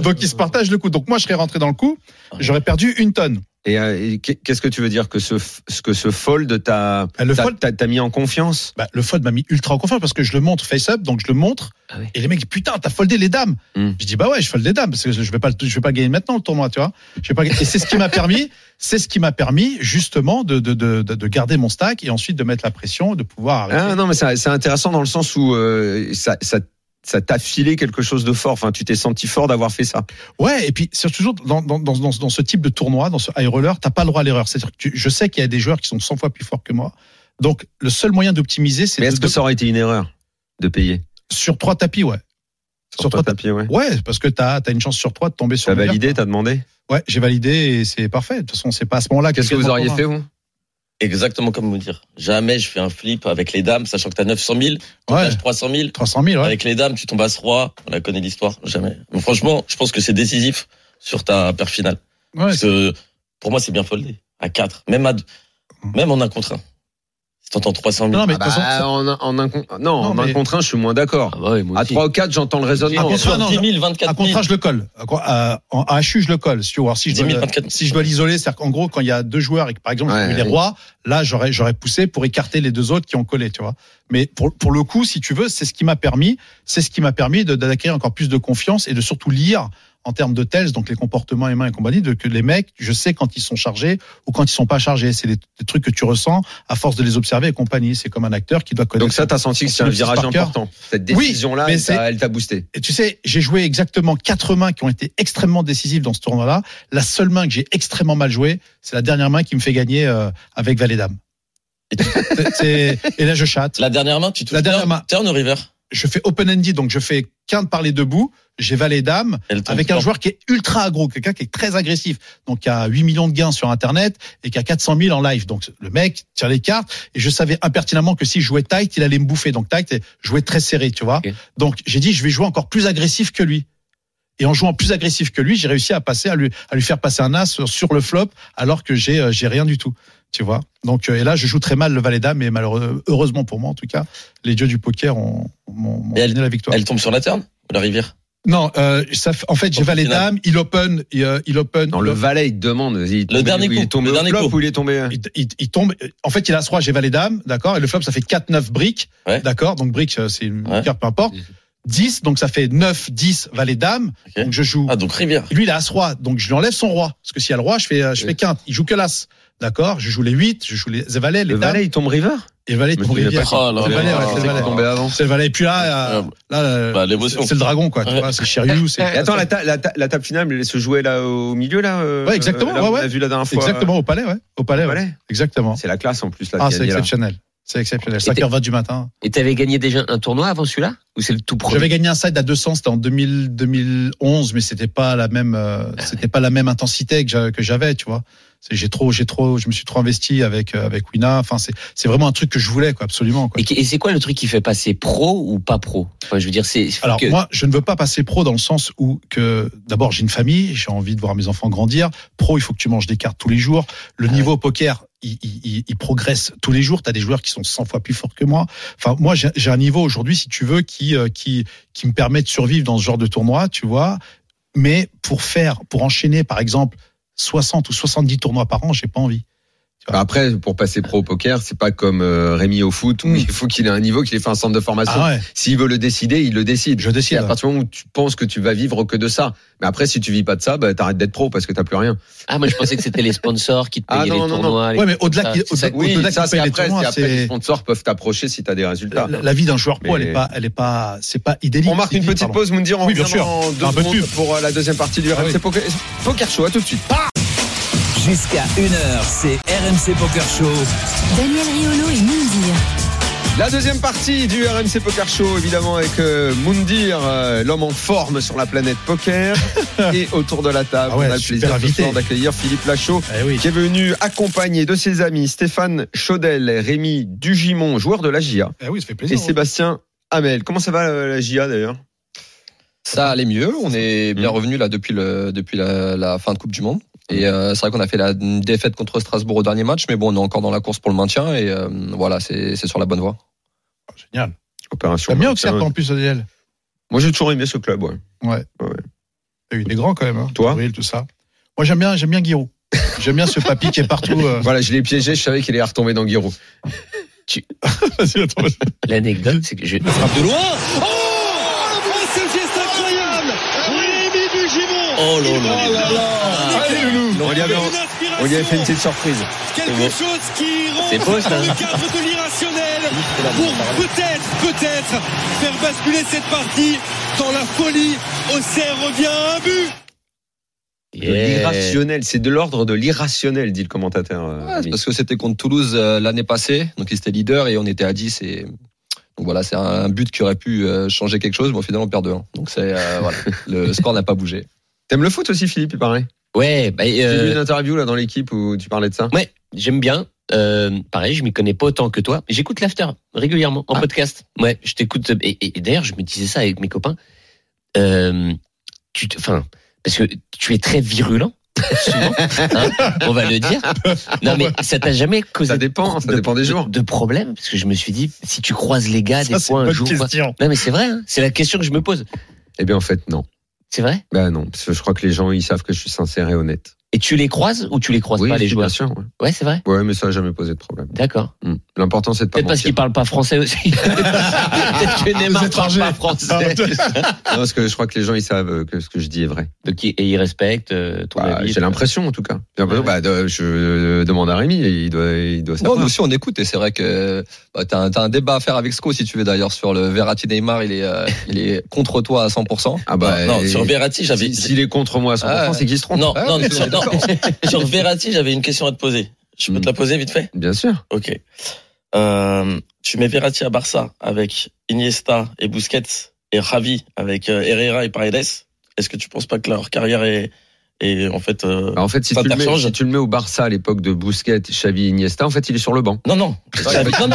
S4: Donc ils se partagent le coup. Donc moi je serais rentré dans le coup, j'aurais perdu une tonne.
S1: Et, euh, et qu'est-ce que tu veux dire que ce que ce fold t'a t'a mis en confiance
S4: Euh, bah, Le fold m'a mis ultra en confiance parce que je le montre face up, donc je le montre ah oui. et les mecs disent putain t'as foldé les dames. Mmh.
S1: Hmm.
S4: Je dis bah ouais je fold les dames parce que je vais pas je vais pas gagner maintenant le tournoi tu vois. Je vais pas et c'est ce
S1: <laughs>
S4: qui m'a permis c'est ce qui m'a permis justement de, de, de, de, garder mon stack et ensuite de mettre la pression de pouvoir. Arrêter.
S1: Ah, non mais c'est intéressant dans le sens où euh, ça, ça ça t'a filé quelque chose de fort. Enfin, tu t'es senti fort d'avoir fait ça.
S4: Ouais, et puis c'est toujours dans, dans, dans, dans, ce type de tournoi, dans ce high roller, t'as pas le droit à l'erreur. C'est-à-dire que tu, je sais qu'il y a des joueurs qui sont 100 fois plus forts que moi. Donc, le seul moyen d'optimiser, c'est.
S1: Mais est-ce que ça aurait été une erreur de payer
S4: Sur trois tapis, ouais.
S1: Sur, sur trois, trois tapis, tapis, ouais.
S4: Ouais, parce que t'as as une chance sur trois de tomber sur.
S1: T'as validé, t'as demandé.
S4: Ouais, j'ai validé et c'est parfait. De toute façon, c'est pas à ce moment-là.
S1: Qu'est-ce que vous auriez fait, vous
S8: Exactement comme vous dire. Jamais je fais un flip avec les dames, sachant que t'as 900 000, tu
S4: hein.
S8: ouais, 300 000.
S4: 300 000, ouais.
S8: Avec les dames, tu tombes à ce roi. On la connaît l'histoire. Jamais. Mais franchement, je pense que c'est décisif sur ta paire finale. Ouais, Parce que pour moi, c'est bien foldé. À 4. Même à, même en un contre 1. T'entends 300 000.
S1: Non, mais ah bah, ça... en, un, en un, non, non, en mais... un contre 1, je suis moins d'accord.
S6: Ah bah,
S1: à 3 ou 4, j'entends le raisonnement.
S4: Un contre
S8: 10 000, 24 000.
S4: Un contre 1, je le colle. euh, À, à HU, je le colle. Si, alors, si, je,
S8: 000,
S4: dois,
S8: 24...
S4: si je dois l'isoler, c'est-à-dire qu'en gros, quand il y a deux joueurs et que, par exemple, j'ai ouais, les rois, là, j'aurais, j'aurais poussé pour écarter les deux autres qui ont collé, tu vois. Mais pour, pour le coup, si tu veux, c'est ce qui m'a permis, c'est ce qui m'a permis d'acquérir encore plus de confiance et de surtout lire en termes de tels, donc les comportements humains et compagnie, de que les mecs, je sais quand ils sont chargés ou quand ils sont pas chargés. C'est des, des trucs que tu ressens à force de les observer et compagnie. C'est comme un acteur qui doit connaître.
S1: Donc ça, t'as senti que c'est un virage important. Cette décision-là, oui, elle t'a boosté.
S4: Et tu sais, j'ai joué exactement quatre mains qui ont été extrêmement décisives dans ce tournoi-là. La seule main que j'ai extrêmement mal jouée, c'est la dernière main qui me fait gagner euh, avec Valet Dame. Et, et, là, je chatte.
S8: La dernière main, tu touches
S4: la dernière main.
S8: turn ou river
S4: je fais open-ended, donc je fais quinte par les deux bouts, j'ai valet dame, avec un joueur qui est ultra agro, quelqu'un qui est très agressif, donc qui a 8 millions de gains sur Internet et qui a 400 000 en live. Donc le mec tire les cartes, et je savais impertinemment que si je jouais tight, il allait me bouffer. Donc tight, jouer très serré, tu vois. Okay. Donc j'ai dit, je vais jouer encore plus agressif que lui. Et en jouant plus agressif que lui, j'ai réussi à passer, à lui, à lui faire passer un as sur, sur le flop, alors que j'ai, euh, j'ai rien du tout tu vois. Donc euh, et là, je joue très mal le valet dame, mais malheureusement heureusement pour moi en tout cas, les dieux du poker ont, ont, ont
S8: elle,
S4: donné la victoire.
S8: Elle tombe sur la terne ou la rivière
S4: non, euh, ça, en fait, j'ai valet dame, il open, il, il open.
S1: Non, le valet, il demande. Il
S8: le dernier coup,
S1: il est tombé
S8: le dernier
S1: flop
S8: coup.
S1: ou il est tombé. euh
S4: Il, il, il, tombe. En fait, il a 3 j'ai valet dame, d'accord, et le flop, ça fait 4-9 briques,
S8: ouais.
S4: d'accord. Donc briques, euh, c'est une ouais. carte, peu importe. 10, donc ça fait 9, 10, valet dame. Okay. Donc je joue.
S8: Ah, donc rivière.
S4: Lui, il a as roi, donc je lui enlève son roi. Parce que s'il y a le roi, je fais, euh, je fais quinte. Il joue que l'as. D'accord Je joue les 8, je joue les valets, les
S1: Le valet, il tombe river Ah,
S4: Et le valet, il tombe river.
S8: C'est
S4: Ah, le valet, c'est Bah, le valet.
S1: avant.
S4: C'est le valet. Et puis là, là, c'est le dragon, quoi. Tu vois, Eh, c'est Shiryu. Et
S1: attends, la, la, table finale, elle se jouer là, au milieu, là
S4: Ouais, exactement. ouais, ouais.
S1: On a vu la dernière fois. euh,
S4: Exactement, au palais, ouais. Au palais, ouais. Exactement.
S1: C'est la classe, en plus, là.
S4: Ah, c'est exceptionnel. C'est exceptionnel. 5h20 du matin.
S6: Et t'avais gagné déjà un tournoi avant celui-là Ou c'est le tout premier
S4: J'avais gagné un side à 200, c'était en 2000, 2011, mais c'était pas la même, euh, ah, c'était ouais. pas la même intensité que j'avais, tu vois. J'ai trop, j'ai trop, je me suis trop investi avec euh, avec Wina. Enfin, c'est c'est vraiment un truc que je voulais, quoi, absolument. Quoi.
S6: Et, et c'est quoi le truc qui fait passer pro ou pas pro enfin, Je veux dire, c'est.
S4: Alors
S6: que...
S4: moi, je ne veux pas passer pro dans le sens où que d'abord j'ai une famille, j'ai envie de voir mes enfants grandir. Pro, il faut que tu manges des cartes tous les jours. Le ah, niveau ouais. poker, il, il, il, progresse tous les jours. Tu as des joueurs qui sont 100 fois plus forts que moi. Enfin, moi, j'ai un niveau aujourd'hui, si tu veux, qui, euh, qui, qui me permet de survivre dans ce genre de tournoi, tu vois. Mais pour faire, pour enchaîner, par exemple, 60 ou 70 tournois par an, j'ai pas envie.
S1: Après, pour passer pro au poker, c'est pas comme euh, Rémi au foot où mmh. il faut qu'il ait un niveau, qu'il ait fait un centre de formation.
S4: Hmm. Ah ouais.
S1: S'il veut le décider, il le décide.
S4: Je décide.
S1: Et à partir du moment où tu penses que tu vas vivre que de ça. Mais après, si tu vis pas de ça, bah, t'arrêtes d'être pro parce que t'as plus rien.
S6: Ah, moi, je pensais que c'était les sponsors qui te payaient ah, non, les non, tournois.
S4: Non. Ouais, mais au-delà, au-delà,
S1: oui,
S4: au
S1: ça, c'est après, tournois, après les sponsors peuvent t'approcher si t'as des résultats.
S4: La, la vie d'un joueur pro, mais... elle est pas, elle est pas, c'est pas idéalique.
S1: On marque une petite pardon. pause, Moundir, on
S4: oui, bien sûr.
S1: en deux un secondes pour euh, la deuxième partie
S4: Ah
S1: du RMC Poker Show. À tout de suite.
S9: Jusqu'à 1h, c'est RMC Poker Show.
S10: Daniel Riolo et Moundir.
S1: La deuxième partie du RMC Poker Show, évidemment, avec euh, Moundir, euh, l'homme en forme sur la planète
S4: <laughs>
S1: poker. et autour de la table,
S4: ah ouais,
S1: on a le plaisir
S4: invité.
S1: d'accueillir Philippe Lachaud,
S4: eh oui.
S1: qui est venu accompagné de ses amis Stéphane Chaudel, Rémi Dugimon, joueur de la GIA.
S4: Eh oui, ça fait plaisir,
S1: et Sébastien Hamel. Comment ça va euh, la GIA d'ailleurs
S11: ça
S8: Mhm.
S11: allait mieux, on est bien revenu là depuis, le, depuis la, la fin de Coupe du Monde.
S8: Mhm.
S11: Et euh, c'est vrai qu'on a fait la défaite contre Strasbourg au dernier match, mais bon, on est encore dans la course pour le maintien et euh, voilà, c'est sur la bonne voie.
S4: Oh, génial.
S1: Opération.
S4: T'as bien Auxerre en plus, Adèle
S1: Moi, j'ai toujours aimé ce club, ouais.
S4: Ouais.
S1: ouais.
S4: T'as eu des grands quand même, hein.
S1: Toi
S4: Gabriel, tout ça. Moi, j'aime bien, j'aime bien Giroud. j'aime bien ce papy qui est partout. Euh...
S1: Voilà, je l'ai piégé, je savais qu'il allait retomber dans
S4: <laughs>
S1: Giroud.
S6: tu... L'anecdote, c'est que je.
S1: Frappe de loin oh
S8: Oh là
S1: on, lui avait, on lui avait fait une petite surprise.
S12: Quelque chose qui rentre beau, dans le cadre de l'irrationnel pour peut-être, peut-être faire basculer cette partie dans la folie. Auxerre revient à un but.
S1: Yeah. L'irrationnel, c'est de l'ordre de l'irrationnel, dit le commentateur. euh,
S11: Ouais, parce que c'était contre Toulouse euh, l'année passée, donc ils étaient leaders et on était à 10 et donc voilà, c'est un but qui aurait pu euh, changer quelque chose, mais au final on perd 2 hein. Donc c'est
S1: <laughs>
S11: euh, voilà, le score n'a pas bougé.
S1: T'aimes le foot aussi, Philippe, il paraît
S6: Ouais, bah,
S1: euh... j'ai vu une interview là dans l'équipe où tu parlais de ça.
S6: Ouais, j'aime bien. Euh, pareil, je m'y connais pas autant que toi, mais j'écoute l'after régulièrement en ah. podcast. Ouais, je t'écoute. Et, et, et d'ailleurs, je me disais ça avec mes copains. Euh, tu, enfin, parce que tu es très virulent.
S1: <laughs>
S6: Hein on va le dire. Non, mais ça t'a jamais causé.
S1: Ça dépend, hein, ça
S6: de,
S1: dépend des jours.
S6: De, de problème, parce que je me suis dit, si tu croises les gars
S4: Ça,
S6: des
S4: c'est
S6: fois
S4: une
S6: un
S4: bonne
S6: jour.
S4: question.
S6: Non, mais c'est vrai, hein, c'est la question que je me pose.
S1: Eh bien, en fait, non.
S6: C'est vrai
S1: Ben non, parce que je crois que les gens, ils savent que je suis sincère et honnête.
S6: Et tu les croises ou tu les croises
S1: Oui,
S6: pas, les
S1: si,
S6: joueurs
S1: bien sûr. Ouais,
S6: Ouais, c'est vrai.
S1: Ouais, mais ça n'a jamais posé de problème.
S6: D'accord.
S1: Hmm. L'important, c'est de pas
S6: Peut-être parce
S1: mentir.
S6: qu'ils parlent pas français
S1: <laughs>
S6: aussi. Peut-être que Neymar parle pas français.
S1: Non, parce que je crois que les gens, ils savent euh, que ce que je dis est vrai.
S6: Donc, ils- et ils respectent euh, ton
S1: Bah,
S6: avis.
S1: j'ai l'impression, en tout cas. J'ai l'impression, bah, de- je euh, demande à Rémi, il doit, il doit
S11: Non,
S1: savoir.
S11: nous aussi on écoute et c'est vrai que bah, Oh, t'as un, t'as un débat à faire avec Sco si tu veux d'ailleurs sur le Verratti Neymar, il est, euh, il est contre toi à 100%.
S1: ah bah,
S8: non,
S1: et-
S8: sur Verratti, j'avais.
S1: si- S'il est contre moi à 100%,
S11: Ah,
S1: c'est qu'il se trompe.
S8: <laughs> Non,
S11: Ah,
S8: non,
S11: mais <laughs>
S8: sur,
S11: on est d'accord.
S8: non. Sur Verratti, j'avais une question à te poser. Je
S11: Hmm.
S8: peux te la poser vite fait
S1: Bien sûr.
S8: Ok. Euh, tu mets Verratti à Barça avec Iniesta et Busquets et Javi avec euh, Herrera et Paredes. Est-ce que tu penses pas que leur carrière est, est en fait euh,
S1: Bah, en fait, si
S8: Ça
S1: tu, le mets,
S8: t'archange
S1: si tu le mets au Barça à l'époque de Busquets, Xavi, Iniesta, en fait, il est sur le banc. <laughs>
S8: Non, non. Xavi- non,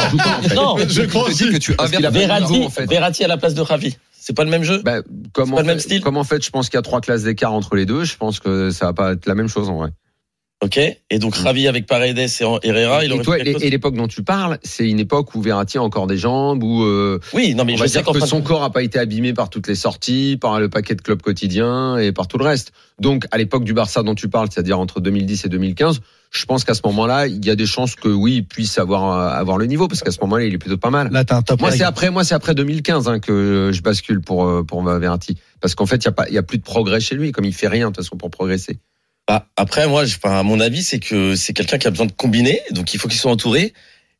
S8: non, non.
S11: Je crois que tu
S1: Parce qu'il a pas de
S8: Verratti,
S1: niveau, en fait.
S8: Verratti à la place de Javi. C'est pas le même jeu.
S1: Bah, comme,
S8: C'est
S1: en
S8: pas le même
S1: fait-
S8: style
S1: comme en fait, je pense qu'il y a trois classes d'écart entre les deux. Je pense que ça va pas être la même chose en vrai.
S8: Ok. Et donc Javi avec Paredes et
S11: Ah,
S8: Herrera, il
S1: Hmm. et
S8: aurait
S1: toi,
S8: fait quelque
S1: et-
S8: chose.
S1: et l'époque dont tu parles, c'est une époque où Verratti a encore des jambes, où euh,
S8: Oui, non, mais
S1: on
S8: je
S1: va
S8: veux dire
S1: dire
S8: qu'en
S1: que
S8: fin de-
S1: son corps a pas été abîmé par toutes les sorties, par le paquet de clubs quotidiens et par tout le reste. Donc, à l'époque du Barça dont tu parles, c'est-à-dire entre 2010 et 2015, je pense qu'à ce moment-là, il y a des chances que oui, il puisse avoir euh, avoir le niveau, parce qu'à ce moment-là, il est plutôt pas mal.
S4: Là, t'as un top.
S1: Moi, c'est
S4: règle.
S1: après, moi, c'est après 2015 hein, que euh, je bascule pour euh, pour Verratti, parce qu'en fait, il y a pas, il y a plus de progrès chez lui, comme il fait rien de toute façon pour progresser.
S8: Bah, après, moi, je, enfin, à mon avis, c'est que c'est quelqu'un qui a besoin de combiner, donc il faut qu'il soit entouré.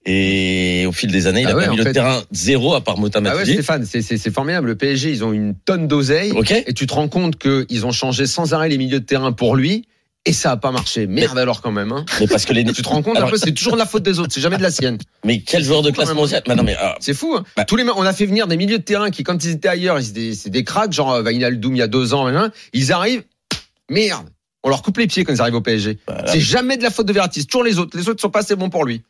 S8: Et au fil des années, il
S1: Ah
S8: a
S1: ouais,
S8: permis
S1: en
S8: le
S1: fait.
S8: terrain zéro à part Mota
S1: Ah ouais,
S8: Mathieu.
S1: Stéphane, c'est- c'est c'est formidable. Le PSG, ils ont une tonne d'oseille.
S8: ok.
S1: Et tu te rends compte qu'ils ont changé sans arrêt les milieux de terrain pour lui. Et ça a pas marché. Merde alors quand même. Hein.
S8: Mais parce que les.
S1: <laughs> Tu te rends compte,
S8: Alors,
S1: après, c'est toujours de la faute des autres. C'est jamais de la sienne.
S8: mais quel joueur de classe mondiale Bah non, mais ah,
S1: C'est fou. Hein.
S8: Bah.
S1: Tous les, ma- on a fait venir des milieux de terrain qui, quand ils étaient ailleurs, ils- c'est des, c'est des cracks, genre euh, Wijnaldum il y a deux ans, hein, ils arrivent. Merde. On leur coupe les pieds quand ils arrivent au PSG.
S8: Bah,
S1: c'est jamais de la faute de Verratti. C'est toujours les autres. Les autres sont pas assez bons pour lui.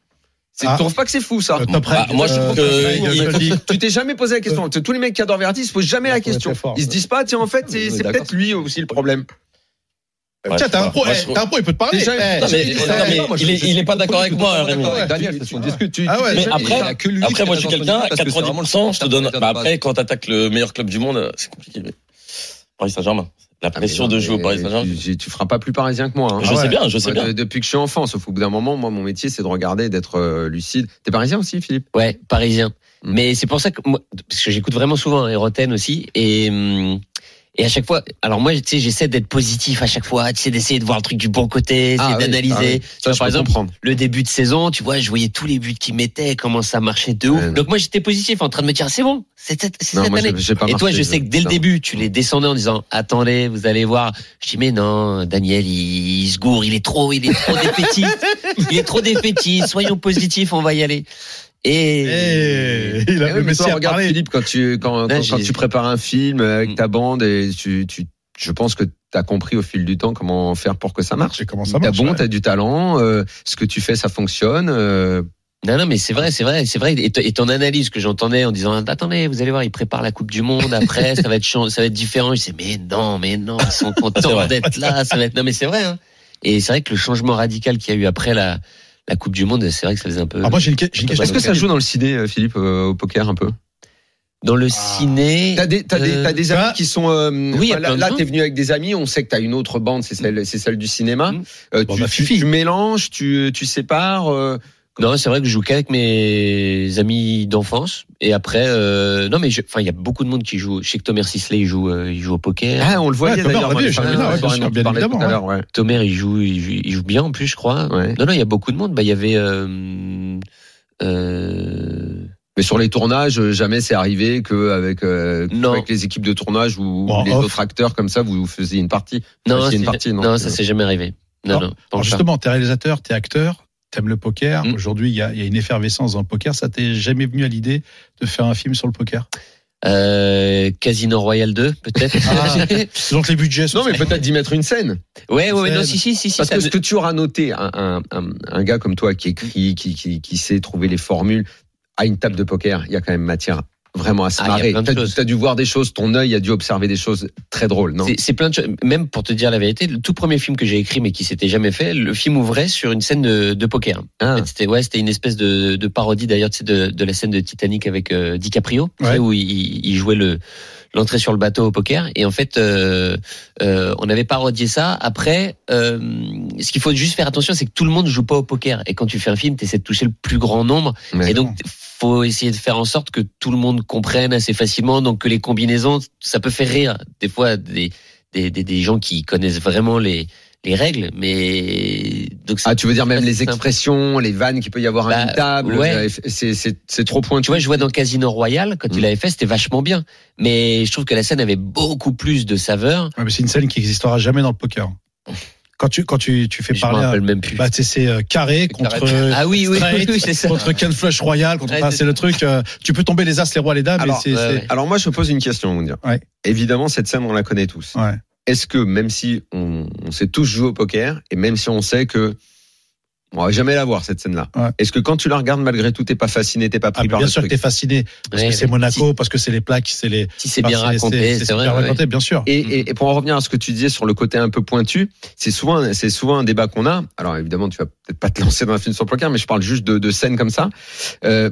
S1: C'est-
S4: Ah.
S1: Tu trouves pas que c'est fou, ça?
S4: Le top
S8: bah,
S4: règle.
S8: moi, je trouve que-
S4: top euh, règle, Xavi.
S1: Tu t'es jamais posé la question. Tous les mecs qui adorent Verratti, ils se posent jamais la
S4: Ouais, Euh. faut être
S1: question.
S4: fort.
S1: Ils se disent pas, tiens, en fait, c'est
S11: Ouais,
S1: c'est
S11: d'accord.
S1: peut-être lui aussi le problème.
S8: ouais,
S4: Tiens, t'as un pro,
S8: moi,
S4: eh,
S8: je trouve-
S4: t'as un pro, il peut te parler.
S1: Déjà,
S4: Eh,
S8: Non, mais,
S4: il-
S8: non, mais
S4: il-
S8: il, est, il est pas d'accord avec moi, Rémi.
S11: D'accord avec
S1: Ouais.
S11: Daniel, c'est ce qu'on discute. Tu-
S4: Ah ouais,
S11: tu-
S4: mais
S11: tu-
S8: après-
S11: il y a que lui qui
S8: Après,
S11: a
S8: moi, je suis
S11: raison de
S8: quelqu'un,
S11: dire
S8: à
S11: parce que c'est vraiment le
S8: 90%, je te
S11: centre
S8: donne.
S11: de la
S8: Bah,
S11: base.
S8: après, quand t'attaques le meilleur club du monde, c'est compliqué. Mais... Paris Saint-Germain.
S1: Ah,
S8: La pression
S1: mais
S8: de
S1: non,
S8: jouer au
S1: mais
S8: Paris Saint-Germain.
S1: Tu, tu feras pas plus parisien que moi. hein.
S6: Ah
S8: Je sais bien, je sais
S1: Moi,
S8: bien.
S1: de- depuis que je suis enfant, sauf au bout d'un moment, moi, mon métier, c'est de regarder, d'être euh, lucide. T'es parisien aussi, Philippe
S6: Ouais, parisien.
S1: Mm.
S6: Mais c'est pour ça que moi, parce que j'écoute vraiment souvent hein, Roten aussi, et hum, et à chaque fois, alors moi, tu sais, j'essaie d'être positif à chaque fois, tu sais, d'essayer de voir le truc du bon côté,
S1: Ah
S6: d'essayer
S1: oui,
S6: d'analyser.
S1: ah oui.
S6: Tu
S1: Ça,
S6: vois,
S1: je
S6: par
S1: peux
S6: exemple,
S1: comprendre.
S6: le début de saison, tu vois, je voyais tous les buts qu'ils mettaient, comment ça marchait de ouf.
S1: Ouais, non.
S6: Donc moi, j'étais positif, en train de me dire, c'est bon, c'est cette, c'est
S1: Non,
S6: cette
S1: moi,
S6: année.
S1: j'ai- j'ai pas
S6: Et toi,
S1: marqué,
S6: je sais que dès le
S1: non.
S6: début, tu les descendais en disant attendez, vous allez voir. Je dis mais non, Daniel, il, il se gourre, il est trop, il est trop défaitiste, il est trop défaitiste. Soyons positifs, on va y aller. Et
S4: Eh, il a
S1: Eh oui,
S4: le
S1: mais toi,
S4: Messi à
S1: regarde,
S4: parler.
S1: Philippe, quand tu, quand,
S6: Là,
S1: quand-
S6: j'ai-
S1: quand tu prépares un film avec
S6: Mm.
S1: ta bande, et tu, tu- je pense que t'as compris au fil du temps comment faire pour que ça marche.
S4: J'ai commencé à
S1: T'as
S4: marcher.
S1: bon, t'as du talent, euh, ce que tu fais, ça fonctionne. euh,
S6: non, non, mais c'est vrai, c'est vrai, c'est vrai. Et, t- et ton analyse que j'entendais en disant attendez, vous allez voir, ils préparent la Coupe du Monde après, ça va être chan- ça va être différent. Je dis mais non, mais non, ils sont
S8: C'est
S6: contents
S8: vrai.
S6: d'être là. Ça va être non, mais c'est vrai. hein. Et c'est vrai que le changement radical qu'il y a eu après la la Coupe du Monde, c'est vrai que ça faisait un peu.
S4: Ah, moi, j'ai une que- j'ai une question.
S1: Est-ce que ça joue dans le ciné, euh, Philippe, euh, au poker un peu
S6: Dans le
S8: Ah.
S6: ciné.
S1: T'as des, t'as des,
S6: euh,
S1: t'as des amis qui sont. euh,
S6: y a
S1: enfin,
S6: plein
S1: là,
S6: de
S1: là,
S6: gens.
S1: t'es venu avec des amis. On sait que t'as une autre bande, c'est celle, c'est celle du cinéma.
S6: Mm.
S1: Euh,
S4: Bon,
S1: tu,
S4: bah,
S1: tu-
S4: suffit.
S1: tu mélanges, tu, tu sépares. euh,
S6: Non, c'est vrai que je joue qu'avec mes amis d'enfance. Et après, euh, non, mais je- enfin, il y a beaucoup de monde qui joue. Je sais que Thomas Sisley, il joue, euh, il joue au poker.
S1: Ah, on le voyait
S4: Ouais, Thomas,
S1: d'ailleurs.
S4: on l'a
S1: dans
S4: vu,
S1: les
S4: je l'ai
S1: fameux
S4: vu, ouais, bien
S1: soirées
S4: sûr,
S1: dont tu
S4: bien
S1: parlais tout à
S4: évidemment,
S1: l'heure, ouais.
S6: Thomas, il joue, il joue, il joue bien en plus, je crois.
S1: Ouais.
S6: Non, non, il y a beaucoup de monde. Bah, il y avait. Euh, euh,
S1: Mais sur les tournages, euh, jamais c'est arrivé que avec, euh, que
S6: Non.
S1: avec les équipes de tournage ou
S4: Bon,
S1: les
S4: off.
S1: autres acteurs comme ça, vous faisiez une partie.
S6: non,
S1: c'est une
S6: c'est-
S1: partie, non
S6: ça c'est jamais arrivé.
S4: Non.
S6: Non, non. pas
S4: Alors
S6: encore.
S4: justement, t'es réalisateur, t'es acteur, t'aimes le poker.
S6: Mm.
S4: Aujourd'hui, il y, a- il y a une effervescence dans le poker. Ça t'est jamais venu à l'idée de faire un film sur le poker
S6: Euh, Casino Royal 2, peut-être.
S1: Ah.
S4: Donc les budgets sont
S1: Non, mais peut-être d'y mettre une scène.
S6: <laughs> ouais, ouais, ouais, non, si, si, si, si.
S1: Parce
S6: ça
S1: que
S6: me-
S1: ce que tu auras noté, un, un, un, un
S6: Mm.
S1: gars comme toi qui écrit, qui, qui, qui sait trouver les formules, à une table de poker, il y a quand même matière vraiment à se
S6: Ah, il
S1: marrer.
S6: y a plein de
S1: T'as-
S6: choses.
S1: T'as dû voir des choses, ton œil a dû observer des choses très drôles, non
S6: C'est- C'est plein de choses. Même pour te dire la vérité, le tout premier film que j'ai écrit mais qui s'était jamais fait, le film ouvrait sur une scène de, de poker. En fait, C'était ouais, c'était une espèce de, de parodie d'ailleurs tu sais, de, de la scène de Titanic avec euh, DiCaprio, tu sais,
S5: Ouais.
S6: où il, il jouait le l'entrée sur le bateau au poker. Et en fait, euh, euh, on avait parodié ça. Après, euh, ce qu'il faut juste faire attention, c'est que tout le monde joue pas au poker. Et quand tu fais un film, tu essaies de toucher le plus grand nombre.
S1: Ouais.
S6: Et donc, faut essayer de faire en sorte que tout le monde comprenne assez facilement. Donc, que les combinaisons, ça peut faire rire. Des fois, des, des, des, des gens qui connaissent vraiment les, les règles. Mais donc,
S1: Ah, tu veux dire même les
S6: expressions
S1: expressions, les vannes qu'il peut y avoir à
S6: Bah,
S1: une table,
S6: ouais.
S1: euh, c'est- c'est c'est trop pointu.
S6: Tu vois, je vois dans Casino Royale, quand
S4: Mm.
S6: il avait fait, c'était vachement bien. Mais je trouve que la scène avait beaucoup plus de saveur.
S4: Ouais, mais c'est une scène qui n'existera jamais dans le poker. Quand tu, quand tu, tu fais
S6: Je
S4: parler.
S6: m'en
S4: à-
S6: rappelle même plus.
S4: Bah, tu sais, c'est euh, carré contre. euh,
S6: Ah oui, oui,
S4: straight,
S6: oui, c'est ça.
S4: Contre Ken Flush Royal. Contre,
S6: Ouais,
S4: enfin,
S6: c'est
S4: c'est le truc. euh, tu peux tomber les as, les rois, les dames.
S1: Alors,
S4: et c'est-
S1: ouais,
S4: c'est-
S1: ouais. Alors moi, je pose une question, Mounir.
S4: Ouais.
S1: Évidemment, cette scène, on la connaît tous.
S4: Ouais.
S1: Est-ce que, même si on, on sait tous jouer au poker, et même si on sait que on va jamais la voir, cette scène-là,
S4: Ouais.
S1: est-ce que quand tu la regardes, malgré tout, t'es pas fasciné, t'es pas
S4: Ah,
S1: pris
S4: mais
S1: par
S4: bien
S1: le
S4: sûr que
S1: truc
S4: t'es fasciné parce
S1: Ouais,
S4: que c'est
S1: ouais.
S4: Monaco, parce que c'est les plaques, c'est les.
S6: Si c'est bien
S4: enfin,
S6: raconté, c'est vrai,
S4: bien
S6: ouais.
S4: raconté, bien sûr.
S1: Et, et- et pour en revenir à ce que tu disais sur le côté un peu pointu, c'est souvent, c'est souvent un débat qu'on a. Alors évidemment, tu vas peut-être pas te lancer dans un film sur le poker, mais je parle juste de, de scènes comme ça. Euh,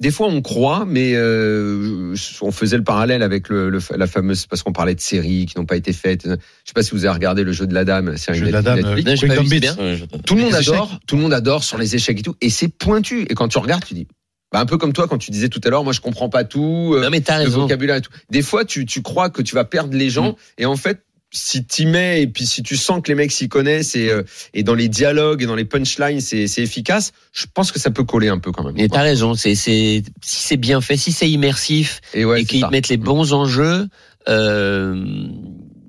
S1: des fois, on croit, mais euh, on faisait le parallèle avec le, le- la fameuse parce qu'on parlait de séries qui n'ont pas été faites. Je sais pas si vous avez regardé le jeu de la dame. série
S4: Jeu de la
S1: Netflix.
S4: dame, euh,
S1: Netflix.
S4: Quick Non, j'ai pas vu, Gambit. c'est bien.
S1: Tout le monde
S4: Les échecs.
S1: adore, tout le monde adore sur les échecs et tout, et c'est pointu. Et quand tu regardes, tu dis. Bah, un peu comme toi quand tu disais tout à l'heure, moi je comprends pas tout, euh,
S6: Non, mais t'as
S1: le
S6: raison.
S1: vocabulaire et tout. Des fois, tu, tu crois que tu vas perdre les
S6: Mm.
S1: gens, et en fait, si t'y mets, et puis si tu sens que les mecs s'y connaissent, et, euh, et dans les dialogues, et dans les punchlines, c'est c'est efficace, je pense que ça peut coller un peu quand même.
S6: Mais t'as raison, c'est, c'est, si c'est bien fait, si c'est immersif
S1: et,
S6: et qu'ils mettent les bons enjeux, euh,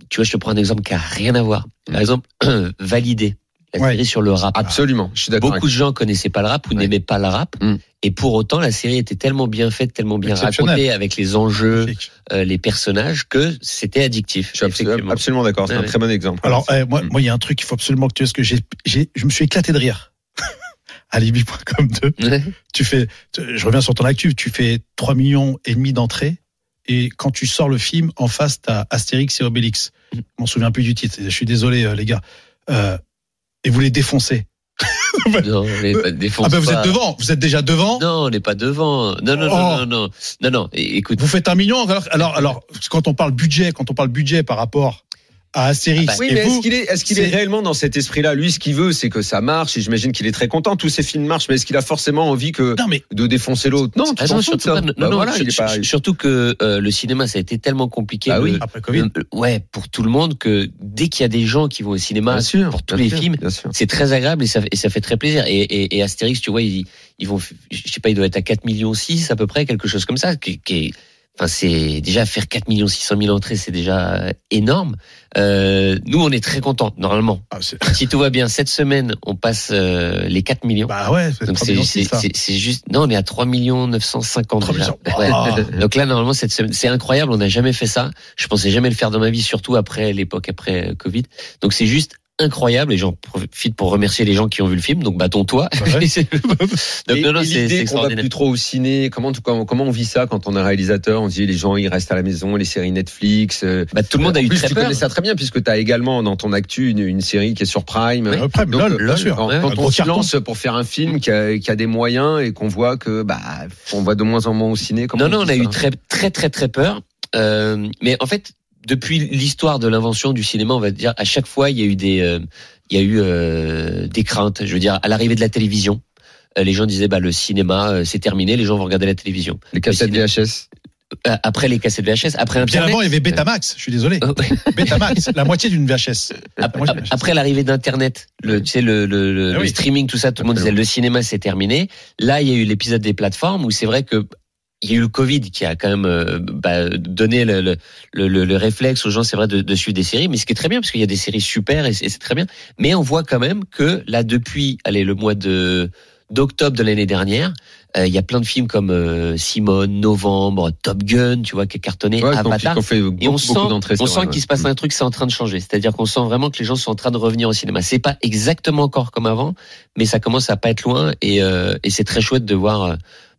S6: tu vois, je te prends un exemple qui a rien à voir.
S4: Mm.
S6: Par exemple, <clears throat> Validé, la série sur le rap.
S1: Absolument, je suis d'accord
S6: Beaucoup de gens connaissaient pas le rap ou n'aimaient pas le rap.
S1: Mm.
S6: Et pour autant, la série était tellement bien faite, tellement bien
S1: Exceptionnel.
S6: racontée avec les enjeux, euh, les personnages, que c'était addictif. Je suis
S1: absolument, d'accord, c'est un très bon exemple.
S4: Alors, eh,
S6: Mm.
S4: moi, moi, il y a un truc qu'il faut absolument que tu ce que j'ai, j'ai- je me suis éclaté de rire. <laughs> à Libye.com 2. Tu fais, tu- je reviens sur ton actu, tu fais 3 millions et demi d'entrées. Et quand tu sors le film, en face, t'as Astérix et Obélix.
S6: Mm.
S4: Je m'en souviens plus du titre. Je suis désolé, euh, les gars. Euh, et vous les défoncez.
S6: <laughs> Non, on
S1: Euh,
S6: est pas- défonce
S4: ah
S1: bah,
S4: ben, vous
S6: pas.
S4: êtes devant. Vous êtes déjà devant.
S6: Non, on n'est pas devant. Non,
S4: Oh.
S6: non, non, non, non, non, non. é- Écoute,
S4: Vous faites un million. Alors, alors, alors, quand on parle budget, quand on parle budget par rapport à Astérix.
S6: Bah, Ah ben,
S1: oui,
S4: et
S1: mais est-ce
S4: vous,
S1: qu'il est, est-ce qu'il est
S4: c'est-
S1: réellement dans cet esprit-là Lui, ce qu'il veut, c'est que ça marche, et j'imagine qu'il est très content, tous ces films marchent, mais est-ce qu'il a forcément envie que de défoncer l'autre Non, tu
S6: Ah
S1: t'en
S6: non,
S1: fous de
S6: surtout
S1: ça.
S6: pas. Non,
S1: Bah
S6: non,
S1: voilà,
S6: sur-
S1: il est pas-
S6: sur- surtout que euh, le cinéma, ça a été tellement compliqué.
S1: Bah
S6: le-
S1: oui,
S4: après Covid.
S6: le- ouais, pour tout le monde que dès qu'il y a des gens qui vont au cinéma,
S1: Bien sûr,
S6: pour tous
S1: bien
S6: les
S1: sûr,
S6: films,
S1: bien sûr.
S6: c'est très agréable et ça, et ça fait très plaisir. Et, et, et Astérix, tu vois, ils, ils vont, je sais pas, ils doivent être à 4 millions 6 à peu près, quelque chose comme ça, qui, qui est- Enfin, c'est déjà faire 4 millions 600 000 entrées, c'est déjà énorme. Euh, nous, on est très contents, normalement.
S4: ah,
S6: <laughs> si tout va bien, cette semaine, on passe euh, les 4 millions.
S4: Bah ouais, c'est
S6: Donc
S4: 3
S6: c'est
S4: millions six,
S6: c'est-
S4: là.
S6: c'est- c'est juste. Non, on est à 3 950 déjà.
S4: <laughs> Ah.
S6: Ouais. Donc là, normalement, cette semaine, c'est incroyable. On n'a jamais fait ça. Je pensais jamais le faire dans ma vie, surtout après l'époque après euh, Covid. Donc c'est juste incroyable et j'en profite pour remercier les gens qui ont vu le film donc
S1: <laughs>
S6: bâton toi <laughs> donc
S1: Et-
S6: non non
S1: et
S6: c'est
S1: l'idée
S6: c'est
S1: qu'on va
S6: extraordinaire
S1: plus trop au ciné, comment, comment, comment on vit ça quand on est réalisateur On se dit les gens ils restent à la maison, les séries Netflix. euh,
S6: Bah, tout le monde
S1: en
S6: a eu
S1: plus,
S6: très
S1: tu
S6: peur.
S1: connais ça très bien puisque tu as également dans ton actu une, une série qui est sur Prime.
S4: Ouais, Prime,
S1: Donc,
S4: LOL,
S1: euh,
S4: bien sûr.
S1: Quand,
S4: Ouais,
S1: quand
S4: un gros
S1: on se
S4: carton.
S1: lance pour faire un film qui a, qui a des moyens et qu'on voit que bah on va de moins en moins au ciné. comment
S6: non non on
S1: dit
S6: a
S1: ça
S6: eu très très très très peur Euh, mais en fait depuis l'histoire de l'invention du cinéma on va dire à chaque fois il y a eu des euh, il y a eu euh, des craintes je veux dire à l'arrivée de la télévision euh, les gens disaient bah le cinéma euh, c'est terminé les gens vont regarder la télévision
S1: les cassettes VHS
S6: Euh, après les cassettes VHS après
S4: Bien
S6: internet Euh,
S4: avant, il y avait Betamax. Je suis <laughs> désolé. Betamax, la moitié d'une VHS.
S6: Après, après l'arrivée d'Internet, le, tu sais, le, le- le-
S4: Ah
S6: le
S4: oui.
S6: streaming, tout ça, tout le monde disait le cinéma, c'est terminé. Là, il y a eu l'épisode des plateformes où c'est vrai que il y a eu le Covid qui a quand même euh, bah, donné le, le, le- le- le réflexe aux gens, c'est vrai, de, de suivre des séries, mais ce qui est très bien, parce qu'il y a des séries super et c'est et c'est très bien. Mais on voit quand même que là, depuis, allez, le mois de d'octobre de l'année dernière, euh, il y a plein de films comme euh, Simone, Novembre, Top Gun, tu vois, qui a cartonné,
S1: Ouais, qui ont-
S6: Avatar.
S1: qui ont fait beaucoup,
S6: et on
S1: beaucoup
S6: sent,
S1: d'entrées, euh,
S6: on
S1: c'est vrai,
S6: sent qu'il
S1: ouais.
S6: se passe un truc, c'est en train de changer. C'est-à-dire qu'on sent vraiment que les gens sont en train de revenir au cinéma. C'est pas exactement encore comme avant, mais ça commence à pas être loin et, euh, et c'est très chouette de voir. euh,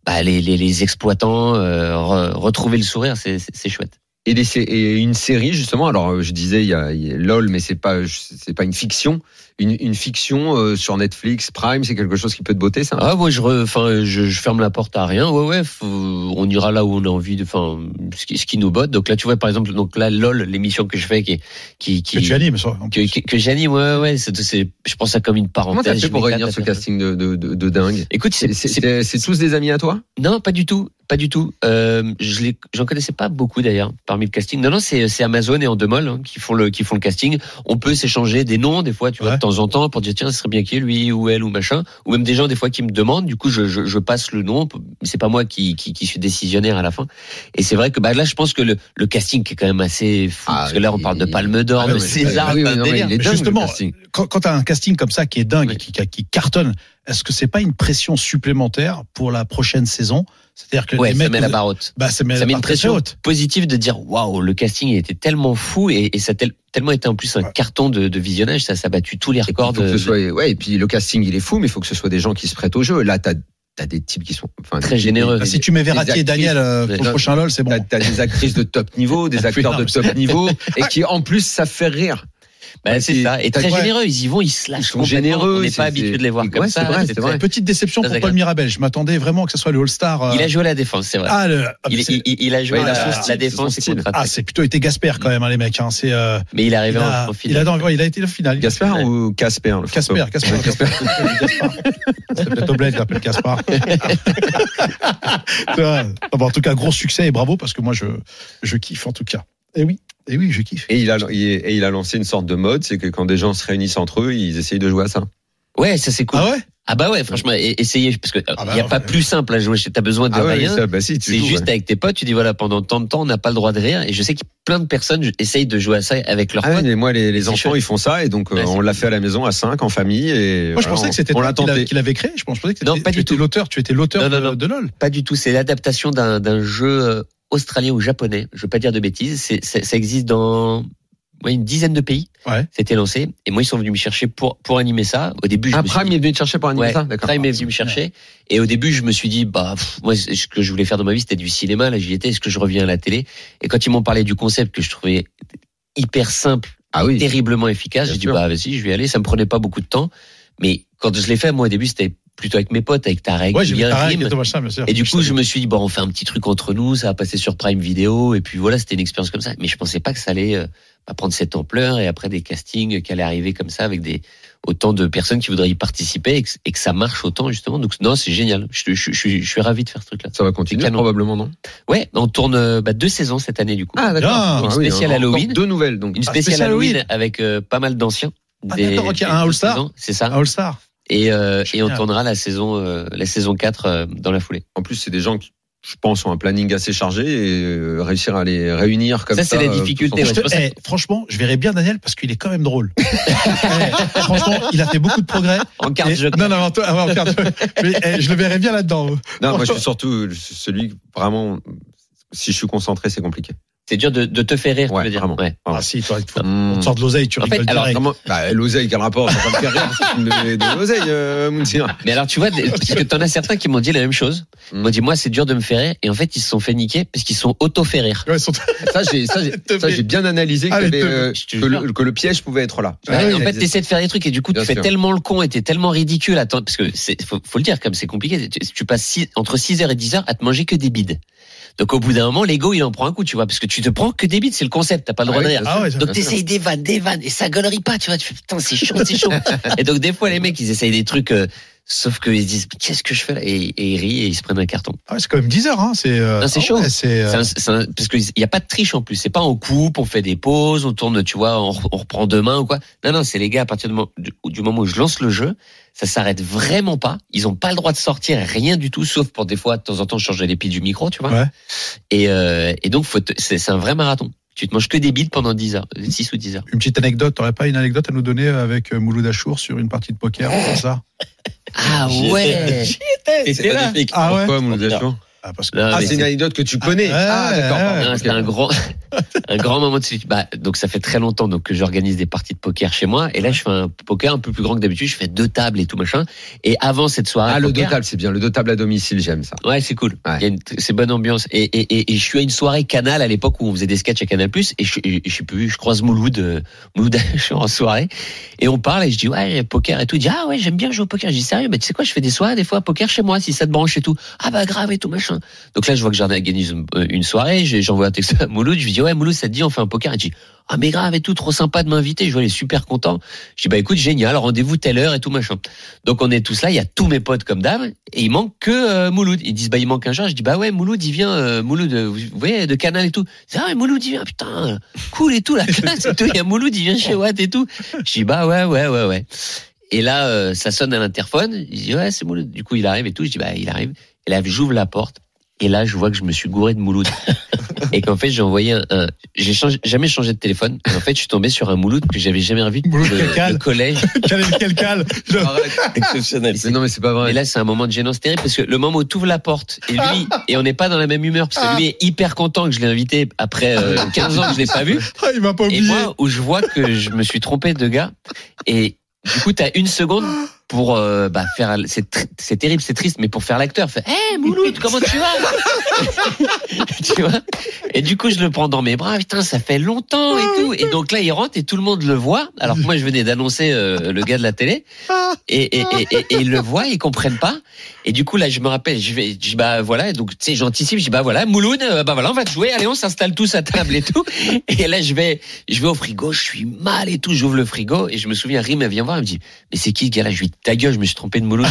S6: bah, les, les, les, exploitants, euh, re, retrouver le sourire, c'est chouette.
S1: Et, les, et, une série justement. Alors euh, je disais il y a, il y a LOL, mais c'est pas c'est pas une fiction. Une, une fiction euh, sur Netflix, Prime, c'est quelque chose qui peut te botter ça.
S6: Ah ouais, je, enfin je, je, ferme la porte à rien. Ouais ouais, faut, on ira là où on a envie de, enfin ce qui, ce qui nous botte. Donc là tu vois par exemple, donc là LOL, l'émission que je fais qui qui qui
S4: que tu animes ça.
S6: Que, que, que j'anime, ouais ouais, c'est je pense ça comme une parenthèse.
S1: Comment t'as fait pour réunir ce casting de, de, de, de dingue
S6: Écoute,
S1: c'est tous des amis à toi
S6: Non, pas du tout. Pas du tout. Euh, je j'en connaissais pas beaucoup d'ailleurs parmi le casting. Non, non, c'est Amazon et Endemol hein, qui font le qui font le casting. On peut s'échanger des noms des fois, tu vois, ouais. de temps en temps, pour dire tiens, ce serait bien qui lui ou elle ou machin, ou même des gens des fois qui me demandent. Du coup, je, je, je passe le nom. C'est pas moi qui, qui, qui suis décisionnaire à la fin. Et c'est vrai que bah là, je pense que le, le casting qui est quand même assez fou. Ah, parce que là, on parle de Palme
S4: Ah,
S6: d'Or, de César, Ah,
S4: Justement, quand, quand t'as un casting comme ça qui est dingue, oui. qui, qui cartonne, est-ce que c'est pas une pression supplémentaire pour la prochaine saison
S6: c'est-à-dire que ouais, les mecs, ça met la barre haute.
S4: Bah, ça met,
S6: ça met une pression haute. positive de dire waouh, le casting était tellement fou et, et ça a tel, tellement été en plus un ouais. carton de, de, visionnage, ça, ça a battu tous les records.
S1: Et puis,
S6: de,
S1: que ce soit, ouais, et puis le casting il est fou, mais il faut que ce soit des gens qui se prêtent au jeu. Là, t'as t'as des types qui sont
S6: enfin, très généreux.
S4: Bah, si tu mets Verratti et Daniel euh, au prochain LOL, c'est bon.
S1: T'as des actrices de top niveau, des acteurs de top niveau, et qui en plus savent faire rire.
S6: Bah, c'est ça. Et très généreux. Ils y vont, ils se lâchent. Ils sont généreux. On n'est pas habitué de les voir comme ouais, ça.
S4: Vrai, vrai. Petite déception pour Paul Mirabel. Je m'attendais vraiment que ce soit le All-Star. euh,
S6: Il a joué à la défense, c'est vrai. Ah, le... il, il, il, a joué ouais, à la, la défense.
S4: C'est ah, c'est plutôt été Gasper quand même, hein, les mecs. Hein. C'est. Euh...
S6: Mais Ah, il est arrivé il a, en finale.
S4: Il a, ouais, il a été le final.
S1: Gasper ou Casper le
S4: Casper, Casper. Casper. C'est peut-être au bled, l'appelle Gaspar. en tout cas, gros succès et bravo parce que moi, je, je kiffe en tout cas. Et oui. Et oui, je kiffe.
S1: Et il a, et il a lancé une sorte de mode, c'est que quand des gens se réunissent entre eux, ils essayent de jouer à ça.
S6: <laughs> Ouais, ça c'est cool.
S4: Ah ouais
S6: ah bah ouais, franchement, essayez parce que il ah bah y a pas ouais. plus simple à jouer. T'as besoin de ah rien. Ouais, bah si, c'est juste ouais. avec tes potes. Tu dis voilà, pendant tant de temps, on n'a pas le droit de rire. Et je sais que plein de personnes essayent de jouer à ça avec leurs potes.
S1: Ah mais moi, les, les enfants, chouette. ils font ça et donc
S6: Bah,
S1: euh, on l'a fait à la maison à 5 en famille. Et
S4: moi, je pensais que c'était toi qui l'avait créé. Je pensais que non, pas tu du étais tout. L'auteur, tu étais l'auteur de, de LOL.
S6: Pas du tout. C'est l'adaptation d'un jeu euh, australien ou japonais, je veux pas dire de bêtises, c est, c est, ça existe dans ouais, une dizaine de pays.
S4: Ouais.
S6: C'était lancé et moi ils sont venus me chercher pour pour animer ça. Au début,
S1: ah, je Prime dit... est venu te chercher pour animer
S6: ouais,
S1: ça.
S6: Prime est venu me chercher et au début je me suis dit bah pff, moi ce que je voulais faire dans ma vie c'était du cinéma. Là j'y étais, est-ce que je reviens à la télé Et quand ils m'ont parlé du concept que je trouvais hyper simple, ah oui. terriblement efficace, j'ai dit bah vas-y je vais y aller. Ça me prenait pas beaucoup de temps, mais quand je l'ai fait, moi au début c'était plutôt avec mes potes, avec Tarek,
S4: ouais,
S6: Julien,
S4: Tarek et, Thomas, bien
S6: sûr, et du coup, je me suis dit, bon, on fait un petit truc entre nous, ça va passer sur Prime Vidéo, et puis voilà, c'était une expérience comme ça. Mais je pensais pas que ça allait euh, prendre cette ampleur, et après des castings qui allaient arriver comme ça, avec des autant de personnes qui voudraient y participer, et que, et que ça marche autant, justement. Donc, non, c'est génial. Je, je, je, je, suis ravi de faire ce truc-là.
S1: Ça va continuer, probablement,
S6: Ah
S1: non
S6: Ouais, on tourne bah, deux saisons cette année, du coup.
S1: Ah, d'accord.
S6: Une spéciale ah, oui, Halloween.
S1: Deux nouvelles, donc.
S6: Une spéciale ah, Halloween. Halloween avec euh, pas mal d'anciens.
S4: Ah, d'accord, ok, un All-Star.
S6: C'est ça.
S4: Un All-Star.
S6: Et, euh, et, on tournera la saison, euh, la saison 4 euh, dans la foulée.
S1: En plus, c'est des gens qui, je pense, ont un planning assez chargé et euh, réussir à les réunir comme ça. euh,
S6: Ça, c'est la difficulté.
S4: Je te, hey, franchement, je verrais bien Daniel parce qu'il est quand même drôle. <laughs> hey, franchement, il a fait beaucoup de progrès.
S6: En carte
S4: et,
S6: jeu.
S4: Non, non, en, ah en carte jeu. Mais, hey, je le verrais bien là-dedans.
S1: Non,
S6: <laughs>
S1: moi, je suis surtout celui, vraiment, si je suis concentré, c'est compliqué.
S6: C'est dur de, de, te faire rire,
S1: ouais,
S6: tu veux dire.
S1: Vraiment.
S6: Ouais.
S4: Ah si, toi, faut, mmh.
S1: Hum.
S4: on te sort de l'oseille, tu en rigoles fait, alors,
S1: comment, Hmm. bah, l'oseille, quel rapport Ça va me faire rire, de, de l'oseille, euh, Mounir.
S6: Mais alors, tu vois, parce que t'en as certains qui m'ont dit la même chose. Ils m'ont dit, moi, c'est dur de me faire rire. Et en fait, ils se sont fait niquer parce qu'ils sont auto-fait rire.
S1: Ouais, sont... Ça, j'ai, ça, j'ai, bien analysé ah, que, les, euh, que, le, que, le, piège pouvait être là.
S6: Ah, oui, en fait, t'essaies de faire des trucs et du coup, bien tu fais sûr. tellement le con et t'es tellement ridicule. Attends, parce que c'est, faut, faut, le dire, comme c'est compliqué. Tu, tu passes six, entre 6h et 10h à te manger que des bides. Donc au bout d'un moment, l'ego il en prend un coup, tu vois, parce que tu te prends que des bites, c'est le concept, t'as pas le droit ah de rire. Ah ouais, donc t'essayes des vannes, des vannes, et ça galerie pas, tu vois, tu fais putain c'est chaud, c'est <laughs> chaud. et donc des fois les mecs ils essayent des trucs. Euh, Sauf qu'ils se disent qu'est-ce que je fais là et, et, ils rient et ils se prennent un carton.
S4: Ah ouais, c'est quand même 10 heures, hein. c'est euh...
S6: c'est chaud. Ouais, euh... un, un, parce qu'il n'y a pas de triche en plus. C'est pas on coupe, on fait des pauses, on tourne, tu vois, on, on reprend demain ou quoi. Non, non, c'est les gars à partir du moment, du, du moment où je lance le jeu, ça s'arrête vraiment pas. Ils ont pas le droit de sortir rien du tout, sauf pour des fois de temps en temps changer les pieds du micro, tu vois.
S4: Ouais.
S6: Et, euh, et donc c'est un vrai marathon. Tu te manges que des bides pendant 10 heures, 6 ou 10 heures.
S4: Une petite anecdote, t'aurais pas une anecdote à nous donner avec euh, Mouloud Achour sur une partie de poker, comme ça
S6: Ah ouais
S1: J'y étais, étais.
S4: là. Ah ouais.
S1: Pourquoi Mouloud Achour
S4: Parce
S1: que... ah, c'est une anecdote que tu connais.
S6: Ah,
S1: ah,
S6: d'accord. Ah, okay. C'était un grand, un grand moment de bah, donc ça fait très longtemps donc que j'organise des parties de poker chez moi. Et là, je fais un poker un peu plus grand que d'habitude. Je fais deux tables et tout machin. Et avant cette soirée,
S1: ah,
S6: poker,
S1: le deux tables, c'est bien. Le deux tables à domicile, j'aime ça.
S6: Ouais, c'est cool. Ouais. Il y a une, c'est bonne ambiance. Et, et, et, et, je suis à une soirée Canal à l'époque où on faisait des sketchs à Canal Plus. Et je, je sais plus, je croise Mouloud, euh, Mouloud, <laughs> je suis en soirée. Et on parle et je dis ouais poker et tout. Il dit ah ouais j'aime bien jouer au poker. Je dis sérieux, bah tu sais quoi, je fais des soirées des fois à poker chez moi si ça te branche et tout. Ah bah grave et tout machin. Donc là, je vois que j'en organise une soirée, j'envoie un texte à Mouloud, je lui dis ouais Mouloud, ça te dit on fait un poker Il dit ah mais grave et tout, trop sympa de m'inviter, je vois il est super content. Je dis bah écoute génial, rendez-vous telle heure et tout machin. Donc on est tous là, il y a tous mes potes comme d'hab et il manque que euh, Mouloud. Ils disent bah il manque un genre, je dis bah ouais Mouloud il vient euh, Mouloud euh, vous voyez de Canal et tout. Je dis, ah ouais Mouloud il vient putain cool et tout la classe et tout, il y a Mouloud il vient chez Watt et tout. Je dis bah ouais ouais ouais ouais. Et là, euh, ça sonne à l'interphone. Je dis ouais, c'est Mouloud. Du coup, il arrive et tout. Je dis bah, il arrive. Et là, j'ouvre la porte. Et là, je vois que je me suis gouré de Mouloud. et qu'en fait, j'ai envoyé un. un j'ai changé, jamais changé de téléphone. Et en fait, je suis tombé sur un Mouloud que j'avais jamais revu
S4: Ah, Mouloud
S6: de,
S4: Kalkal.
S6: de collège.
S4: Calcal.
S1: <laughs> Exceptionnel. Mais non, mais c'est pas vrai.
S6: Et là, c'est un moment de gênance terrible parce que le moment où tu ouvres la porte et lui, et on n'est pas dans la même humeur parce que lui est hyper content que je l'ai invité après euh, 15 ans que je l'ai pas vu.
S4: Ah, il m'a pas oublié.
S6: Et moi, où je vois que je me suis trompé de gars. Et du coup, t'as une seconde pour euh, bah, faire. C'est, tr- c'est terrible, c'est triste, mais pour faire l'acteur, fait Hé hey, Mouloud, comment tu vas <laughs> Tu vois Et du coup, je le prends dans mes bras. Putain, ça fait longtemps et tout. Et donc là, il rentre et tout le monde le voit. Alors que moi, je venais d'annoncer euh, le gars de la télé et, et, et, et, ils le voient, ils comprennent pas. Et du coup, là, je me rappelle, je vais, je dis, bah voilà, donc tu sais, j'anticipe, je dis, bah voilà, Mouloud, euh, bah voilà, on va te jouer, allez, on s'installe tous à table et tout. Et là, je vais, je vais au frigo, je suis mal et tout, j'ouvre le frigo, et je me souviens, Rim, elle vient voir, elle me dit, mais c'est qui ce gars-là? Je lui dis, ta gueule, je me suis trompé de Mouloud.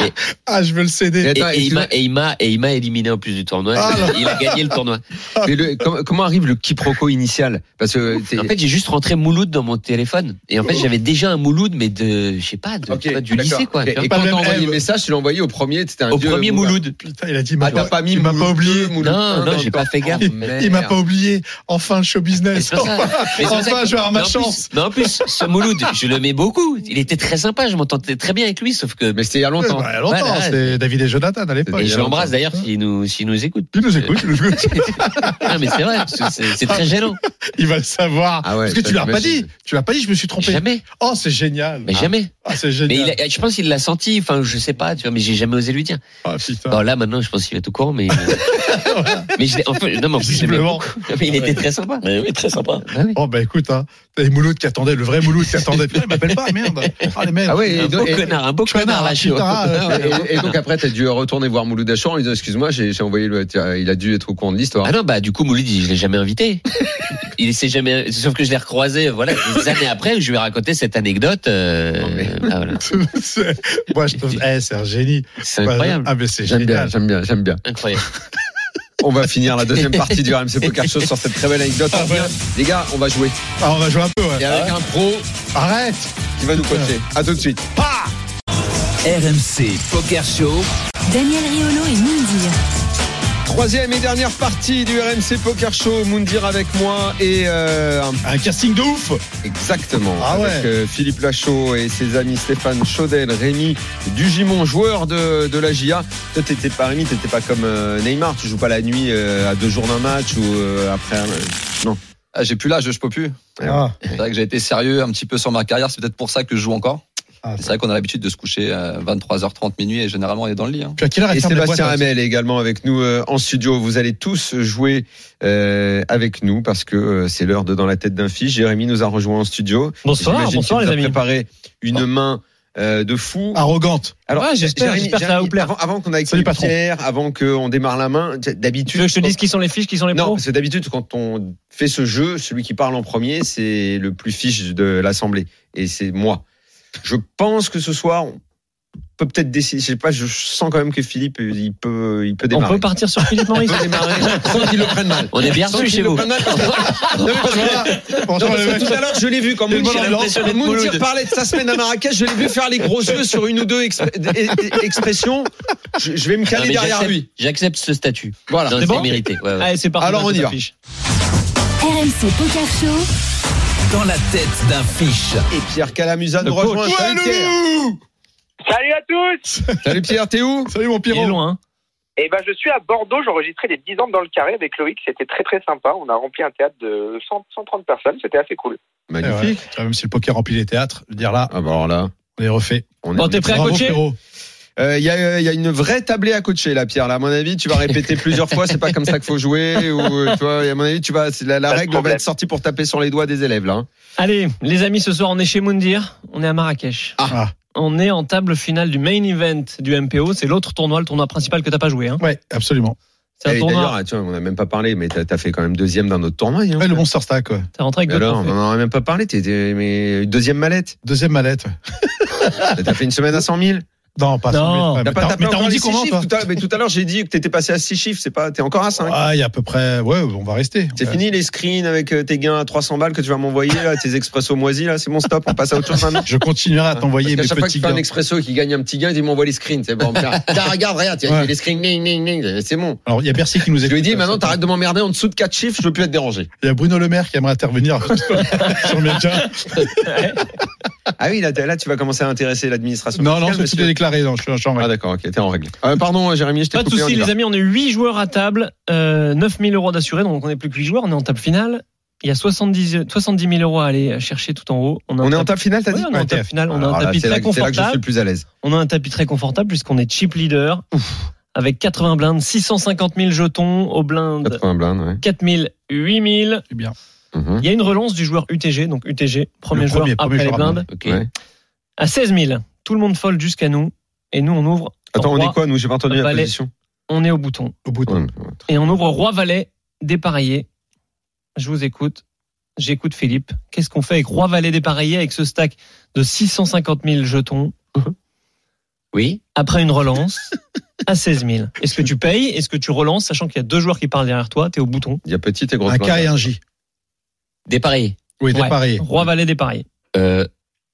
S4: et, ah, je veux le céder.
S6: Et, et, il m'a, et il m'a, et il m'a éliminé en plus du tournoi. Ah, il, a, il a gagné le tournoi.
S1: Mais le, comment, comment, arrive le quiproquo initial?
S6: Parce que, t'es... en fait, j'ai juste rentré Mouloud dans mon téléphone. Et en fait, j'avais déjà un Mouloud, mais de, je sais pas, de, okay, pas, du d'accord. lycée, quoi.
S1: Et, et quand t'as envoyé le message, tu l'as envoyé au premier, c'était un
S6: Au
S1: dieu,
S6: premier Mouloud.
S4: Putain, il a dit,
S1: ah, t'as pas mis,
S4: il m'a pas oublié.
S6: Mouloud.
S1: Ah,
S6: Non, non, j'ai pas fait gaffe.
S4: Il, il <laughs> m'a pas oublié. Enfin, le show business. <laughs> Enfin, enfin je vais avoir ma
S6: en
S4: chance.
S6: Plus, mais en plus, ce Mouloud, je le mets beaucoup. Il était très sympa, je m'entendais très bien avec lui, sauf que.
S1: Mais c'était il y a longtemps.
S4: Bah, il y a longtemps, voilà. c'est David et Jonathan à l'époque.
S6: Et je l'embrasse d'ailleurs s'il nous, s'il nous écoute.
S4: Il nous écoute, il nous écoute.
S1: <laughs>
S6: Non, mais c'est vrai, c'est très gênant.
S4: Il va le savoir.
S1: Ah
S4: Parce que tu l'as pas dit. Tu l'as pas dit, je me suis trompé.
S6: Jamais.
S4: Oh, c'est génial.
S6: Mais jamais.
S4: Ah, c'est génial.
S6: Mais il a, je pense qu'il l'a senti, enfin, je sais pas, tu vois, mais j'ai jamais osé lui dire.
S4: Ah, putain.
S6: Alors là, maintenant, je pense qu'il est tout <laughs> courant, mais. mais je l'ai, en fait, non, mais en plus, Simplement. Je mais il était très sympa.
S8: Mais oui, très sympa.
S4: Ah, oui. Oh, bah écoute, hein. T'as les Mouloud qui attendaient, le vrai Mouloud qui attendait. Putain, il m'appelle pas, merde. Ah, les mecs.
S6: Ah, oui, un beau et, connard, un beau connard, là,
S1: et, et, donc après, t'as dû retourner voir Mouloud Achan en lui disant, excuse-moi, j'ai, j'ai envoyé le, il a dû être au courant de l'histoire.
S6: Ah non, bah, du coup, Mouloud, je l'ai jamais invité. Il s'est jamais, sauf que je l'ai recroisé, voilà, des années après, je lui ai raconté cette anecdote. Euh... Non, mais...
S4: ah, voilà. c'est... Moi, je trouve, hey, c'est un génie.
S6: C'est incroyable.
S4: Ah, mais c'est
S1: j'aime
S4: génial.
S1: bien, j'aime bien, j'aime bien.
S6: Incroyable.
S1: On va finir la
S4: <laughs>
S1: deuxième partie du RMC Poker Show sur cette très belle anecdote. Ah, ouais. Les gars, on va jouer.
S4: Ah, on va jouer un peu, ouais.
S1: Et avec
S4: ah,
S1: un pro.
S4: Arrête
S1: Qui va nous coacher. À tout de suite.
S9: Ah RMC Poker Show.
S10: Daniel Riolo et Mindy.
S1: Troisième et dernière partie du RMC Poker Show, Moundir avec moi et euh,
S4: un... un... casting de ouf.
S1: Exactement.
S4: Ah
S1: avec euh,
S4: ouais.
S1: Philippe Lachaud et ses amis Stéphane Chaudel, Rémi Dugimon, joueur de, de la GIA. Toi, t'étais pas Rémi, t'étais pas comme euh, Neymar. Tu joues pas la nuit euh, à deux jours d'un match ou euh, après. non.
S11: Ah, j'ai plus l'âge, je peux plus.
S4: Ah.
S11: C'est vrai que j'ai été sérieux un petit peu sur ma carrière. C'est peut-être pour ça que je joue encore. Ah, c'est vrai qu'on a l'habitude de se coucher à 23h30 minuit et généralement on est dans le lit. Hein.
S4: Ah,
S1: et Sébastien Hamel est également avec nous euh, en studio. Vous allez tous jouer euh, avec nous parce que euh, c'est l'heure de dans la tête d'un fiche. Jérémy nous a rejoint en studio.
S5: Bonsoir, J'imagine bonsoir
S1: qu'il
S5: les amis.
S1: A préparé une main. euh, de
S4: Ah,
S1: fou.
S4: Arrogante.
S5: Alors, ouais, j'espère, Jérémy, j'espère Jérémy, que ça va vous plaire.
S1: Avant, avant qu'on aille avec Pierre, avant qu'on démarre la main, d'habitude. Tu
S5: veux que je te dise qui sont les fiches, qui sont les pros
S1: Non, c'est d'habitude quand on fait ce jeu, celui qui parle en premier, c'est le plus fiche de l'Assemblée. Et c'est moi. Je pense que ce soir, on peut peut-être décider. Je sais pas, je sens quand même que Philippe, il peut, il peut démarrer.
S5: On peut partir sur Philippe Maurice.
S1: on peut démarrer sans qu'il le prenne mal.
S6: On est bien reçu chez vous.
S1: Le mal, parce que... non, parce que... non, parce que tout à l'heure, je l'ai vu quand Mounir parlait de sa semaine à Marrakech. Je l'ai vu faire les gros yeux sur une ou deux exp... expressions. Je, je, vais me
S8: Ah,
S1: caler non, derrière
S6: j'accepte,
S1: lui.
S6: J'accepte ce statut.
S1: Voilà,
S6: c'est, c'est bon mérité.
S5: Ouais, ouais. Allez, c'est parti.
S1: Alors on y va.
S10: RMC Poker Show
S9: dans la tête d'un fiche.
S1: Et Pierre Calamusa nous rejoint.
S4: Ouais,
S1: Salut, Pierre.
S3: Salut à tous
S1: <laughs> Salut Pierre, t'es où
S4: Salut mon Pierrot.
S1: hein.
S5: Il est loin.
S3: Et ben, je suis à Bordeaux, j'enregistrais les 10 ans dans le carré avec Loïc, c'était très très sympa. On a rempli un théâtre de 100, 130 personnes, c'était assez cool.
S4: Magnifique. Eh Ouais, même si le poker remplit les théâtres, je veux dire là,
S1: Ah, bah alors là,
S4: on est refait.
S1: on est-
S5: Bon, t'es prêt à
S1: Bravo,
S5: coacher
S1: frérot. Euh, Il y, a, euh, il y a une vraie tablée à coacher là, Pierre. Là, à mon avis, tu vas répéter plusieurs fois. C'est pas comme ça qu'il faut jouer. Ou, euh, tu vois, à mon avis, tu vas, c'est la, la
S3: Pas de
S1: règle va
S3: problème.
S1: être sortie pour taper sur les doigts des élèves là. hein.
S5: Allez, les amis, ce soir, on est chez Moundir. On est à Marrakech.
S4: Ah.
S5: On est en table finale du main event du MPO. C'est l'autre tournoi, le tournoi principal que t'as pas joué. Hein.
S4: Ouais, absolument.
S5: C'est un
S1: Et
S5: tournoi.
S1: Eh, D'ailleurs, tu vois, on n'a même pas parlé, mais t'as as fait quand même deuxième d'un autre tournoi. hein.
S4: Ouais, le Monster Stack, ouais.
S5: T'es rentré avec
S1: Mais
S5: deux
S1: alors, on
S5: trophées.
S1: n'en a même pas parlé. T'es, t'es- mais deuxième mallette.
S4: Deuxième mallette. ouais.
S1: T'as fait une semaine à 100 000.
S4: Non, pas
S5: Non.
S4: cent mille, ouais,
S1: T'as
S4: Ah. mais
S1: pas
S4: t'as-
S1: tapé
S4: mais t'as
S1: encore
S4: rendu
S1: les six
S4: comment, toi
S1: chiffres, tout à- mais tout à l'heure, j'ai dit que t'étais passé à 6 chiffres. C'est pas, t'es encore à 5.
S4: Ah, il y a à peu près. Ouais, on va rester.
S1: C'est
S4: Ouais.
S1: fini les screens avec euh, tes gains à 300 balles que tu vas m'envoyer là, tes expressos moisis là, c'est mon stop, on passe à autre chose hein, maintenant.
S4: Je continuerai <laughs> à t'envoyer mes
S1: Parce qu'à chaque fois que
S4: petits
S1: tu fais un
S4: gars.
S1: expresso qui gagne un petit gain, il m'envoie les screens. C'est
S4: <laughs>
S1: bon, tiens, Tiens, regarde, regarde, tiens,
S4: Ouais.
S1: j'ai les screens, ning, ning, ning, c'est bon.
S4: Alors, il y a Bercy qui
S1: <laughs>
S4: nous
S1: Je
S4: écoute.
S1: lui ai dit, maintenant, t'arrêtes de m'emmerder en dessous de 4 chiffres, je veux plus être
S4: <laughs>
S1: dérangé.
S4: Il y a Bruno Le Maire qui
S1: <laughs>
S4: aimerait intervenir sur mes gains.
S1: Ah oui, là, t'es- là, tu vas commencer à intéresser l'administration.
S4: Non, non,
S1: fiscale,
S4: c'est tout est
S1: monsieur.
S4: déclaré. Non, je suis je suis en
S1: Ah
S4: règle.
S1: d'accord, ok, t'es en règle. Euh, pardon, Jérémy, je t'ai
S5: Pas de
S1: coupé. on y
S5: soucis,
S1: va.
S5: les amis. On est 8 joueurs à table, euh, 9000 euros d'assurés, donc on n'est plus que 8 joueurs.
S1: hein.
S5: On est en table finale. Il y a 70, 70 000 euros à aller chercher tout en haut. a
S1: On
S5: un
S1: est en table finale, t'as
S5: Ouais,
S1: dit
S5: on est en table finale, on a
S1: Alors
S5: un
S1: là,
S5: tapis
S1: c'est
S5: très
S1: là- C'est là que je suis
S5: confortable.
S1: le plus à l'aise.
S5: On a un tapis très confortable puisqu'on est chip leader. Avec 80 blindes, 650 000 jetons au
S6: Euh,
S5: blind,
S1: 80 blindes, ouais.
S5: 4 000, 8 000.
S4: C'est bien.
S1: Mhm.
S5: Il y a une relance du joueur UTG, donc UTG, premier,
S4: Le
S5: joueur
S4: premier,
S5: après
S4: premier
S5: les
S4: joueur
S5: blindes,
S1: Ok.
S4: Ouais.
S5: à 16 000. Tout le monde fold jusqu'à nous. Et nous, on ouvre.
S1: Attends, on
S5: roi,
S1: est quoi, nous J'ai pas entendu la
S5: Valet.
S1: position.
S5: On est au bouton.
S4: Au bout de
S1: Ouais.
S5: Et on ouvre Roi-Valet, dépareillé. Je vous écoute. J'écoute Philippe. Qu'est-ce qu'on fait avec Roi-Valet dépareillé avec ce stack de 650
S9: <laughs>
S5: 000 jetons
S6: Oui.
S5: après une relance à 16 000 Est-ce que tu payes Est-ce que tu relances Sachant qu'il y a deux joueurs qui parlent derrière toi, t'es au bouton.
S1: Il y a petit et gros.
S4: Un K et un J.
S6: Dépareillé.
S4: Oui,
S5: Ouais.
S4: dépareillé.
S5: Roi-Valet dépareillé.
S6: Euh,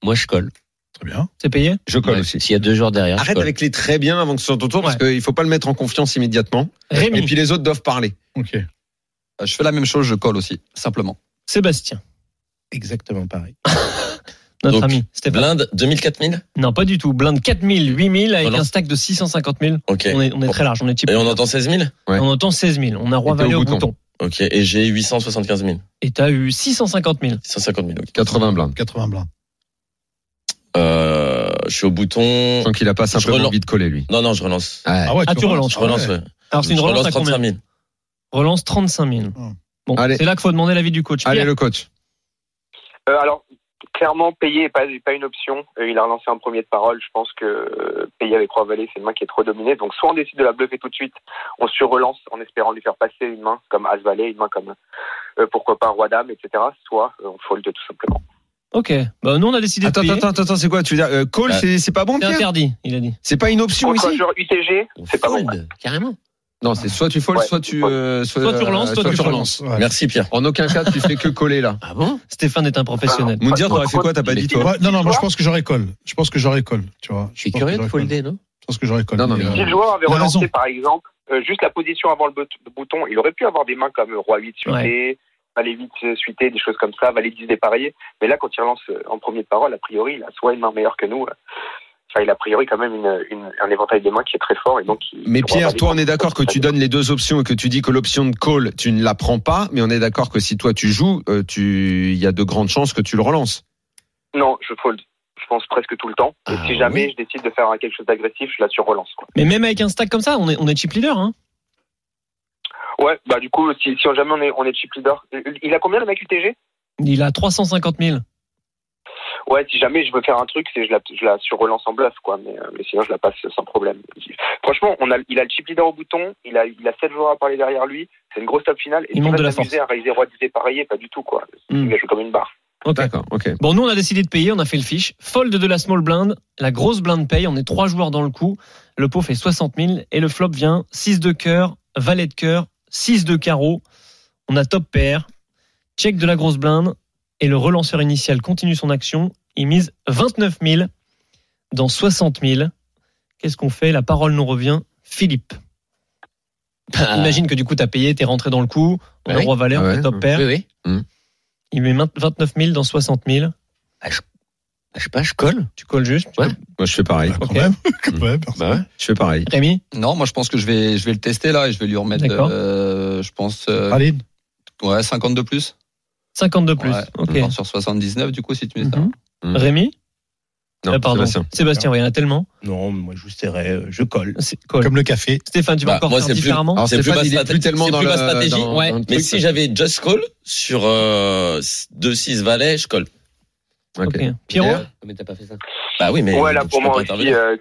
S6: moi, je colle.
S4: Très bien.
S5: C'est payé
S1: Je colle
S6: Ouais,
S1: aussi.
S6: S'il y a deux joueurs derrière, je
S1: Arrête
S6: colle.
S1: avec les très bien avant que ce soit ton tour, parce qu'il faut pas le mettre en confiance immédiatement. Et
S5: Rémi,
S1: puis les autres doivent parler.
S4: Ok.
S11: Je fais la même chose, je colle aussi, simplement.
S5: Sébastien,
S2: Exactement pareil.
S5: notre
S8: Donc,
S5: ami Stéphane.
S8: Blinde, 2000, 4000
S5: Non, pas du tout. Blinde 4 000, 8 000 avec
S8: Relance.
S5: un stack de 650 000.
S8: Ok.
S5: On est, on est très large, on est type.
S8: Et on entend 16 000
S1: Ouais.
S5: On entend 16 000. On a
S1: Et t'es
S5: Roi-Valet
S1: au
S5: au
S1: bouton.
S5: bouton.
S8: Ok, et j'ai 875 000.
S5: Et t'as eu 650 000.
S8: 650 000, ok.
S1: 80 blindes.
S4: 80 blindes.
S8: Euh, je suis au bouton.
S1: Tant qu'il a pas simplement
S8: relance.
S1: envie de coller, lui.
S8: Non, non, je relance.
S1: Ouais.
S4: ouais,
S5: Ah, tu relances.
S8: Je relance,
S4: ouais.
S8: ouais.
S5: Alors c'est une
S8: je
S5: relance
S8: relance
S5: à combien
S8: 35 000.
S5: Relance 35 000.
S4: Hum.
S5: Bon,
S1: Allez.
S5: c'est là qu'il faut demander l'avis du coach.
S1: Allez,
S5: Pierre,
S1: le coach.
S3: Euh, alors, clairement, payer n'est pas, pas une option. Euh, il a relancé un premier de parole. Je pense que euh, payer avec Roi-Valet, c'est une main qui est trop dominée. Donc, soit on décide de la bluffer tout de suite, on surrelance en espérant lui faire passer une main comme As-Valet, une main comme, euh, pourquoi pas, Roi-Dame, etc. Soit euh, on fold tout simplement.
S5: Ok. Bah, nous, on a décidé
S1: Attends,
S5: de payer.
S1: attends, attends, attends, c'est quoi Tu veux dire, euh, call,
S8: Ouais.
S1: c'est- c'est pas bon,
S5: C'est
S1: Pierre
S5: interdit, il a dit.
S1: C'est pas une option
S3: Contre un
S1: ici
S3: joueur UTG, c'est pas bon.
S6: Fold, Carrément.
S1: Non, c'est soit tu folles,
S3: Ouais.
S1: soit tu. euh,
S5: Soit tu relances, soit tu
S1: relances.
S4: Ouais.
S8: Merci, Pierre.
S1: En aucun cas, tu fais que coller là.
S6: Ah bon
S5: Stéphane est un professionnel.
S1: Moundir, t'aurais fait quoi T'as pas dit toi
S4: Ouais, non, non, moi je pense que j'aurais colle. Je pense que j'aurais colle. Tu vois.
S6: Je suis
S4: pense
S6: curieux
S4: que
S6: de
S4: j'aurais colle.
S6: folder, non
S4: Je pense que j'aurais colle.
S1: Non, non, mais-
S3: Si
S4: euh,
S3: le joueur avait
S4: il a
S3: relancé,
S4: raison.
S3: par exemple, euh, juste la position avant le bout- le bouton, il aurait pu avoir des mains comme euh, Roi-8 suité, Valet 8 euh, suité, des choses comme ça, Valet 10 dépareillé. Mais là, quand il relance euh, en premier de parole, a priori, il a soit une main meilleure que nous, euh, enfin, il a a priori quand même une- une- un éventail des mains qui est très fort. Et donc, il-
S1: Mais
S3: il
S1: Pierre,
S3: Roi-Valet
S1: toi, on est
S3: contre-
S1: d'accord que tu donnes les deux options et que tu dis que l'option de call, tu ne la prends pas, mais on est d'accord que si toi tu joues, euh, tu, il y a de grandes chances que tu le relances.
S3: Non, je fold. Je pense presque tout le temps. Et
S6: Ah,
S3: si jamais
S6: oui.
S3: je décide de faire euh, quelque chose d'agressif, je la surrelance. quoi.
S5: Mais même avec un stack comme ça, on est, on est chip leader. Hein.
S3: Ouais, bah du coup, si, si jamais on est, on est chip leader, il a combien le mec UTG
S5: Il a 350 000.
S3: Ouais, si jamais je veux faire un truc, c'est je la, je la surrelance en bluff, quoi. Mais, euh, mais sinon, je la passe sans problème. Franchement, on a, il a le chip leader au bouton, il a, il a 7 joueurs à parler derrière lui. C'est une grosse top finale. Et
S5: Il
S3: tu
S5: manque
S3: vas
S5: de la
S3: t'amuser à réaliser roi 10 dépareillé, pas du tout, quoi.
S5: Mm.
S1: Hmm.
S3: Il a joué comme une barre.
S5: Ok.
S1: D'accord, ok.
S5: Bon, nous, on a décidé de payer, on a fait le fiche. Fold de la small blind, la grosse blind paye, on est trois joueurs dans le coup. Le pot fait 60 000 et le flop vient 6 de cœur, valet de cœur, 6 de carreau. On a top pair, check de la grosse blinde et le relanceur initial continue son action. Il mise 29 000 dans 60 000. Qu'est-ce qu'on fait La parole nous revient. Philippe.
S6: Ah,
S5: Imagine que du coup, t'as payé, t'es rentré dans le coup. On
S6: Bah
S5: a
S6: oui.
S5: roi valet, on
S1: Ah ouais.
S5: fait top pair.
S6: Oui, oui.
S5: Il met 29 000 dans 60 000.
S6: Je sais pas, je colle.
S5: Tu colles juste
S1: ouais. Moi, je fais pareil.
S4: Bah, quand okay. même. <laughs> Quand même
S1: bah ouais. Je fais pareil.
S5: Rémi
S11: Non, moi, je pense que je vais, je vais le tester là et je vais lui remettre, euh, je pense. Euh,
S4: Valide
S11: Ouais, 50 de plus.
S5: 50 de plus, ouais. ok.
S11: Sur 79, du coup, si tu mets ça. Mm
S5: -hmm. Rémi
S1: non,
S5: ah, pardon. Sébastien, Sébastien il y en a tellement.
S13: Non, moi je vous serrais, euh, je colle.
S5: colle.
S4: Comme le café.
S5: Stéphane, tu vas bah, encore moi, faire
S1: plus,
S5: différemment
S1: C'est plus, plus, plus, tellement dans,
S8: plus
S1: le,
S8: ma stratégie.
S1: Dans,
S8: ouais. dans mais si j'avais just call sur euh, 2-6 valets, je colle. Ah,
S5: Ok. okay. Pierrot
S6: Mais t'as pas fait ça.
S8: Bah oui, mais.
S3: Ouais, là, pour moi, aussi, euh,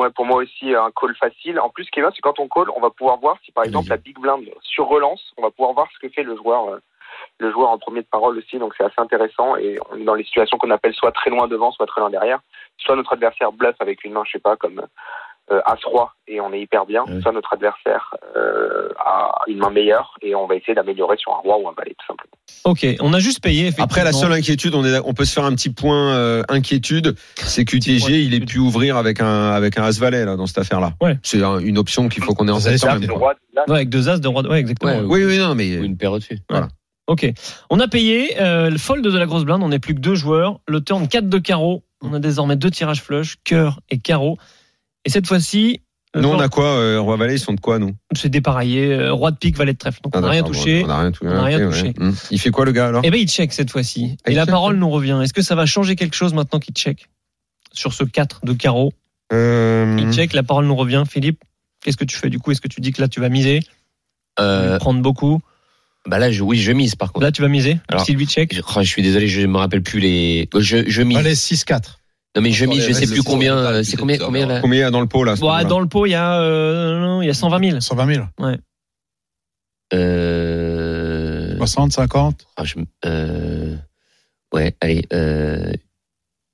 S3: ouais, pour moi aussi, euh, un call facile. En plus, ce qui est bien, c'est quand on call, on va pouvoir voir si par exemple la big blind sur relance, on va pouvoir voir ce que fait le joueur euh, le joueur en premier de parole aussi, donc c'est assez intéressant. Et on est dans les situations qu'on appelle soit très loin devant, soit très loin derrière. Soit notre adversaire bluffe avec une main, je sais pas, comme euh, As-3 et on est hyper
S5: Ah
S3: bien, oui. soit notre adversaire euh, a une main meilleure et on va essayer d'améliorer sur un roi ou un valet, tout simplement.
S5: Ok, on a juste payé.
S1: Après, la seule inquiétude, on, est, on peut se faire un petit point euh, inquiétude, c'est qu'UTG, il est pu ouvrir avec un, avec un As-Valet là, dans cette affaire-là.
S5: Ouais.
S1: C'est un, une option qu'il faut qu'on ait en tête.
S5: avec deux As, de roi, ouais, exactement.
S1: Ouais, oui, oui, non, mais.
S6: Une paire au-dessus.
S1: Voilà.
S5: Ok. On a payé euh, le fold de la grosse blinde. On n'est plus que deux joueurs. Le turn 4 de carreau. On a désormais deux tirages flush, cœur et carreau. Et cette fois-ci.
S1: Nous, on a quoi euh, Roi Valet, ils sont de quoi, nous
S5: C'est dépareillé. Euh, roi de pique, Valet de trèfle. Donc, ah, on n'a rien touché.
S1: On n'a rien,
S5: on a rien okay, touché.
S1: Ouais. Mmh. Il fait quoi, le gars, alors
S5: Eh bien, il check cette fois-ci. Ah, et la parole nous revient. Est-ce que ça va changer quelque chose maintenant qu'il check Sur ce 4 de carreau
S1: Euh, Mhm.
S5: Il check, la parole nous revient. Philippe, qu'est-ce que tu fais du coup Est-ce que tu dis que là, tu vas miser
S6: Euh,
S5: Prendre beaucoup
S6: bah là, je, oui, je mise par contre.
S5: Là, tu vas miser Si lui check
S6: je, oh, je, suis désolé, je me rappelle plus les. Je, je mise.
S4: Allez, 6-4.
S6: Non, mais je mise, je sais plus combien. C'est combien, combien là
S1: Combien dans le pot là,
S5: bon, là Bah, Dans le pot, il y, a, euh, il y a 120 000.
S4: 120 000
S5: Ouais.
S6: Euh...
S4: 60, 50
S6: ah, je, euh... Ouais, allez. Euh...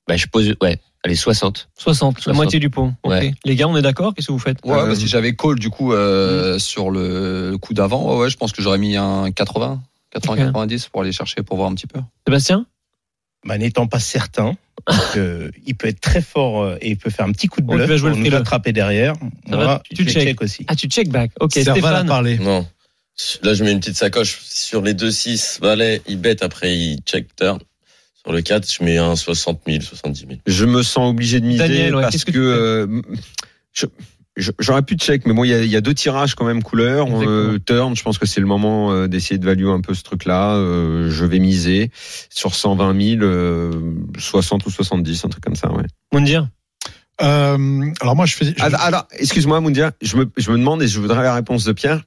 S6: Bah, je pose. Ouais. Allez, 60.
S5: 60, 60. la moitié du pot. Okay.
S6: Ouais.
S5: Les gars, on est d'accord Qu'est-ce que vous faites
S11: Ouais, euh... bah, si j'avais call du coup
S5: Hum.
S11: euh, mmh. sur le coup d'avant, ouais, je pense que j'aurais mis un 80, 80, okay. 90 pour aller chercher pour voir un petit peu.
S5: Sébastien
S13: bah, N'étant pas
S4: <laughs>
S13: certain, que il peut être très fort et il peut faire un petit coup de bluff
S5: va jouer
S13: pour
S5: le
S13: nous attraper derrière.
S5: Ça Moi, va, tu check. check. aussi. Ah, tu check back. Ok, Stéphane.
S4: parler.
S8: Non. Là, je mets une petite sacoche. Sur les 2-6, valet, il bet, après il check turn. Sur le 4, je mets un 60 000, 70 000.
S1: Je me sens obligé de miser
S5: Daniel, ouais,
S1: parce
S5: qu
S1: que, que euh, j'aurais pu check, mais bon, il y, y, a deux tirages quand même couleur. Euh, turn, je pense que c'est le moment euh, d'essayer de valuer un peu ce truc-là. Euh, je vais miser sur 120 000, 60 euh, ou 70, un truc comme ça, ouais.
S5: Moundir
S4: Euh, Alors moi, je fais.
S1: Je... Ah, Alors, alors excuse-moi, Moundir, je me, je me demande et je voudrais la réponse de Pierre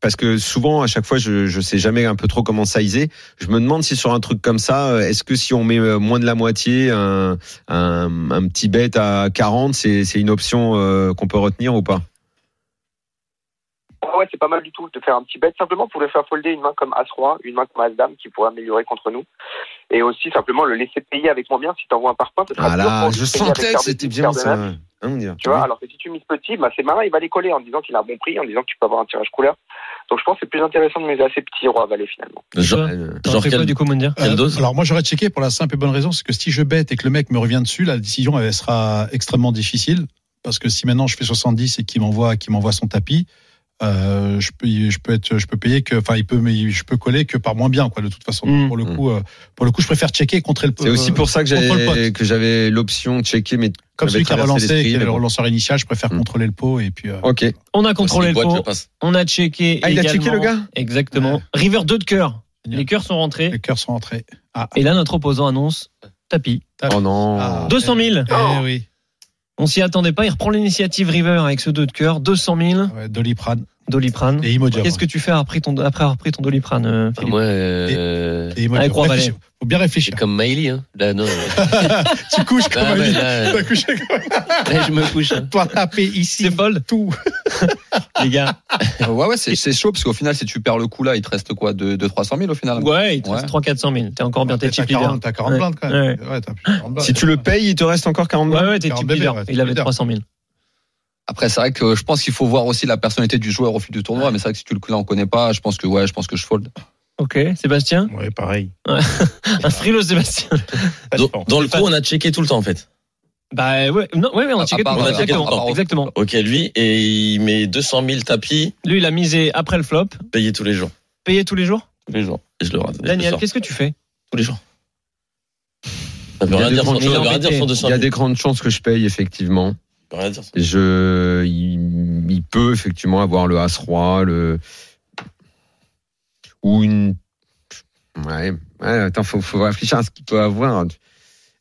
S1: parce que souvent à chaque fois je je sais jamais un peu trop comment sizer. Je me demande si sur un truc comme ça, euh, est-ce que si on met moins de la moitié un un, un petit bet à 40, c'est c'est une option euh, qu'on peut retenir ou pas
S3: ah Ouais, c'est pas mal du tout de faire un petit bet simplement pour le faire folder une main comme As-Roi, une main comme As-Dame qui pourrait améliorer contre nous. Et aussi simplement le laisser payer avec moins bien si t'envoies un parpaing.
S1: Ah là, je sentais que c'était bien ça.
S3: Hein, tu vois, oui. alors que si tu mises petit, bah, c'est malin, il va les coller en disant qu'il a un bon prix, en disant que tu peux avoir un tirage couleur. Donc je pense que c'est plus intéressant de miser assez petit roi valet finalement.
S8: Genre, genre quel,
S5: quoi, du coup, Mundir
S8: quelle dose
S4: euh, Alors moi j'aurais checké pour la simple et bonne raison, c'est que si je bête et que le mec me revient dessus, la décision elle sera extrêmement difficile. Parce que si maintenant je fais 70 et qu'il m'envoie, qu'il m'envoie son tapis, euh, je peux, je peux être, je peux payer que, enfin, il peut, mais je peux coller que par moins bien, quoi. De toute façon, mmh, pour le coup, mmh. pour le coup, je préfère checker contre le.
S1: Mm.
S4: euh,
S1: C'est aussi pour ça que j'avais que j'avais l'option checker, mais
S4: comme celui qui a relancé, qui est le relanceur bon. initial, je préfère mmh. contrôler le pot et puis. Euh...
S1: Mm. Ok.
S5: On a contrôlé le pot. On a checké.
S1: Ah, il
S5: également.
S1: a checké le gars.
S5: Exactement. Ouais. River 2 de cœur. Les cœurs sont rentrés.
S4: Les cœurs sont rentrés.
S5: Ah. Et là, notre opposant annonce tapis. tapis.
S1: Oh non. Ah.
S5: 200 000.
S4: Eh, eh oui.
S5: On s'y attendait pas. Il reprend l'initiative River avec ce 2 de cœur, 200 000. Ouais,
S4: Ah Doliprane.
S5: Doliprane.
S4: Et Imodium.
S5: Qu'est-ce que tu fais après, ton, après avoir pris ton Doliprane, Philippe
S6: Moi, euh...
S5: et, et Avec Roi Valet.
S4: Faut bien réfléchir.
S6: Comme Maïli, hein. Là, non.
S4: tu couches comme <laughs>
S6: Ah, ouais,
S4: Maïli.
S6: là,
S4: T'as couché comme
S6: Là, je me couche. hein.
S4: Toi, taper ici.
S5: Ah, C'est fold.
S4: Tout.
S5: <laughs> Les gars.
S1: Ah
S11: ouais, ouais, c'est chaud parce qu'au final, si tu perds le coup là, il te reste quoi de, de 300 000 au final
S5: Ouais, il te reste 3 400 000. T'es encore bien, t'es
S4: T'as
S5: chip leader.
S4: 40, t'as 40 blindes quand même. Ouais, t'as plus 40 blindes.
S1: Si tu le payes, il te reste encore 40
S5: Ouais,
S1: blindes.
S5: ouais, t'es chip
S4: 40 bébés,
S5: leader.
S4: ouais, t'es
S5: Il avait
S4: leader.
S5: 300 000.
S11: Après, c'est vrai que je pense qu'il faut voir aussi la personnalité du joueur au fil du tournoi, mais c'est vrai que si tu le connais pas, je pense que ouais, je pense que je fold.
S5: Ok,
S1: <laughs>
S5: Sébastien
S13: Ouais, pareil.
S5: Un frileux, Sébastien.
S8: Dans, dans le coup, on a checké tout le temps en fait.
S5: Bah ouais, non, ouais, ouais, on a checké tout
S8: part-
S5: le temps.
S8: on a checké tout le
S5: Exactement. Exactement.
S8: temps. Ok, lui, et il met 200 000 tapis,
S5: Lui, il a misé après le flop,
S8: payé tous les jours.
S5: payé tous les jours.
S8: Tous les jours. Et je le rate.
S5: Daniel, qu'est-ce que tu fais
S8: Tous les jours.
S1: Il y, a des grandes chances- il y a des grandes chances que je paye, effectivement. Je, il, il peut effectivement avoir le As-Roi, le. Ou une. Ouais, ouais, attends, faut, faut réfléchir à ce qu'il peut avoir.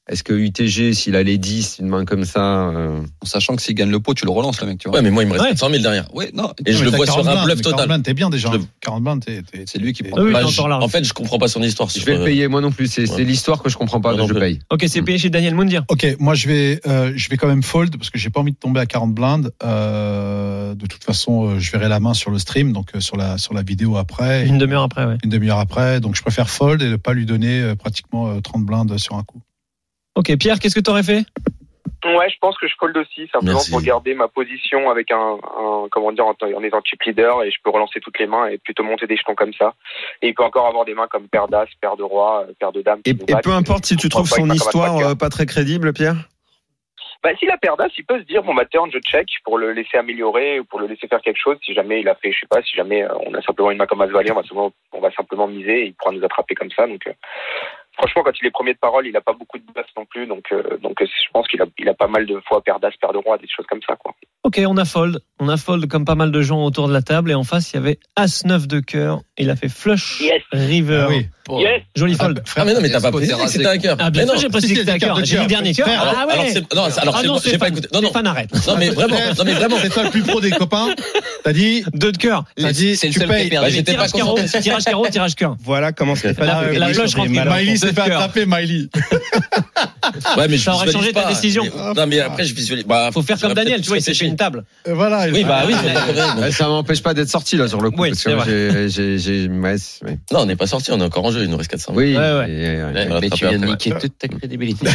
S1: Est-ce que UTG, s'il a les 10, une main comme ça. euh, En sachant que s'il gagne le pot, tu le relances, le mec, tu
S8: Ouais, mais moi, il me reste 100 000 derrière.
S11: Ouais, non.
S8: Et
S4: Non,
S8: je
S4: mais
S8: le
S4: t'as
S8: vois sur
S4: 40
S8: un
S4: blindes,
S8: bluff
S4: mais
S8: total.
S4: 40 blindes, t'es bien déjà.
S8: Je le-
S4: 40 blindes, t'es- t'es-
S11: C'est lui qui
S4: t'es-
S8: Bah, je- en fait, je comprends pas son histoire. euh,
S1: Je vais le payer, moi non plus. C'est c'est l'histoire que je comprends pas,
S8: Moi
S1: donc
S8: non
S1: je
S8: plus.
S1: paye.
S5: Ok,
S8: Hmm.
S5: c'est payé chez Daniel Moundir.
S4: Ok, moi je vais, euh, je vais quand même fold parce que j'ai pas envie de tomber à 40 blindes. Euh, de toute façon, euh, je verrai la main sur le stream, donc euh, sur la sur la vidéo après,
S5: Une demi-heure après, ouais.
S4: une demi-heure après. Donc je préfère fold et ne pas lui donner euh, pratiquement euh, 30 blindes sur un coup.
S5: Ok, Pierre, qu'est-ce que t'aurais fait
S3: Ouais, je pense que je fold aussi, simplement
S5: Merci.
S3: pour garder ma position avec un, un- comment dire, en, en étant chip leader et je peux relancer toutes les mains et plutôt monter des jetons comme ça. Et il peut encore avoir des mains comme paire d'as, paire de roi, euh, paire de dames. qui
S1: Et,
S3: nous
S1: et
S3: battent.
S1: peu importe si tu
S3: comprends
S1: trouves
S3: pas
S1: son
S3: que ça va
S1: histoire euh, pas très crédible, Pierre
S3: Bah, s'il a perdas, il peut se dire, bon, bah, turn, je check pour le laisser améliorer ou pour le laisser faire quelque chose. Si jamais il a fait, je sais pas, si jamais euh, on a simplement une main comme as valet, on va, souvent, on va simplement miser et il pourra nous attraper comme ça. Donc, euh, franchement, quand il est premier de parole, il n'a pas beaucoup de bluffs non plus. Donc, euh, donc euh, je pense qu'il a, il a pas mal de fois perdas, paire de roi, des choses comme ça, quoi.
S5: Ok, on a fold. On a fold comme pas mal de gens autour de la table. Et en face, il y avait As-9 de cœur. Il a fait flush
S4: Ah
S5: river.
S8: Yes.
S5: Joli fold.
S8: Ah, mais non, mais t'as pas précisé que c'était un cœur.
S5: Ah, bien
S8: Mais
S5: sûr,
S8: non.
S5: j'ai précisé que c'était un cœur. J'ai dit dernier cœur.
S8: Alors-
S5: Ah
S8: alors
S5: ouais.
S8: c'est- non, c'est- alors
S5: Ah
S8: c'est-
S5: non,
S8: j'ai pas
S5: Stéphane.
S8: écouté. Non, non.
S5: Stéphane, arrête.
S8: Non, mais vraiment, non,
S5: <laughs>
S8: mais vraiment.
S4: C'est toi le plus pro des copains. T'as dit
S5: deux de cœur.
S4: T'as dit
S5: C'est le
S4: tu
S5: seul qui a
S4: payes.
S5: perdu. Bah, j'étais pas Tirage carreau, concentré. tirage carreau, tirage cœur.
S13: Voilà comment Stéphane
S5: La-
S13: a
S5: la
S13: réglé
S5: cloche
S13: sur des
S5: rentre dans le
S13: malentendus.
S4: Miley s'est fait
S5: Deux de cœur.
S4: attraper, Miley.
S8: Ouais, mais je
S5: Ça aurait
S8: visualise
S5: changé ta
S8: pas.
S5: décision.
S8: Mais- Non, mais après, je visualise. Bah,
S5: Faut faire comme
S8: j'aurais
S5: Daniel,
S8: peut-être
S5: tu vois, il s'est fait
S8: séché.
S5: une table.
S4: Voilà.
S8: Oui, bah oui,
S5: Ouais.
S8: c'est pas vrai.
S1: Ah, Ouais, Ça m'empêche pas d'être sorti là sur le coup.
S5: Oui,
S1: parce
S5: c'est
S1: que
S5: vrai.
S1: j'ai- j'ai- j'ai- ouais, c'est- ouais.
S8: Non, on n'est pas sorti, on est encore en jeu, il nous reste 400
S1: Oui, et-
S8: Ouais,
S1: et-
S8: ouais, on va
S6: Mais tu
S8: l'attraper
S6: viens de
S8: après.
S6: niquer toute ta crédibilité.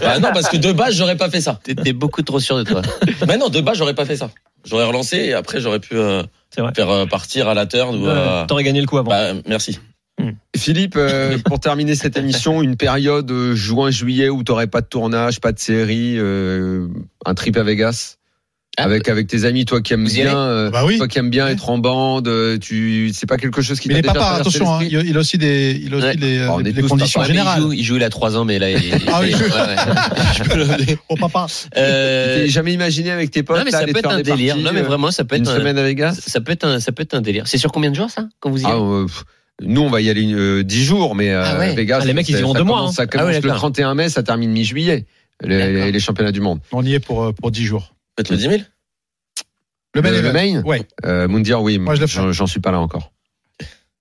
S8: Bah non, parce que de base, j'aurais pas fait ça.
S6: T'es beaucoup trop sûr de toi.
S8: Bah non, de base, j'aurais pas fait ça. J'aurais relancé et après, j'aurais pu euh,
S5: C'est vrai.
S8: faire euh, partir à la turn ou.
S5: Ouais,
S8: euh,
S5: T'aurais gagné le coup avant.
S8: Bah, merci.
S1: Philippe,
S6: <laughs>
S1: euh, pour terminer cette émission, une période euh, juin-juillet où t'aurais pas de tournage, pas de série, euh, un trip à Vegas avec, avec tes amis, toi qui aimes
S6: Ah, Vous y allez
S1: bien, euh,
S4: Bah oui.
S1: toi qui aimes bien être en bande, euh, tu c'est pas quelque chose qui
S4: Mais
S1: t'a
S4: les
S1: déjà
S4: papas,
S1: traversé
S4: attention, hein,
S1: l'esprit
S4: il il a aussi des, il a aussi
S6: Ouais.
S4: les,
S1: Bon, on est
S4: les
S1: tous
S4: conditions
S6: Ouais, mais Il
S4: générales.
S6: joue, il joue il a 3 ans, mais là, il, il-
S4: Ah oui,
S6: il-
S4: je-
S6: ouais, ouais.
S5: <laughs>
S6: Je peux le
S4: <laughs>
S6: nommer.
S4: Oh papa.
S6: Euh,
S1: T'es jamais imaginé avec tes potes
S6: non, mais
S1: là,
S6: ça
S1: aller
S6: peut
S1: te
S6: être
S1: faire
S6: un
S1: des
S6: délire.
S1: parties,
S6: Non, mais
S1: euh,
S6: vraiment, ça peut
S1: une
S6: être un,
S1: semaine à Vegas
S6: ça peut être un, ça peut être un délire. C'est sur combien de jours, ça, quand vous y
S1: Ah,
S6: allez?
S1: euh, pff, nous, on va y aller euh, 10 jours, mais euh,
S6: Ah ouais.
S1: Vegas.
S5: Ah, les mecs, ils y
S1: ça-
S5: vont
S1: ça
S5: deux mois,
S1: commence-
S5: hein.
S1: Ça commence
S6: Ah ouais,
S1: le
S6: d'accord.
S1: 31 mai, ça termine mi-juillet, les,
S6: D'accord.
S1: les championnats du monde.
S4: On y est pour, euh, pour 10 jours.
S8: Peut-être le 10 000
S4: Le main
S1: Le- le
S4: event.
S1: main
S4: Ouais.
S1: Euh, Moundir, oui,
S4: Moi, je le ferai.
S1: j'en j'en suis pas là encore.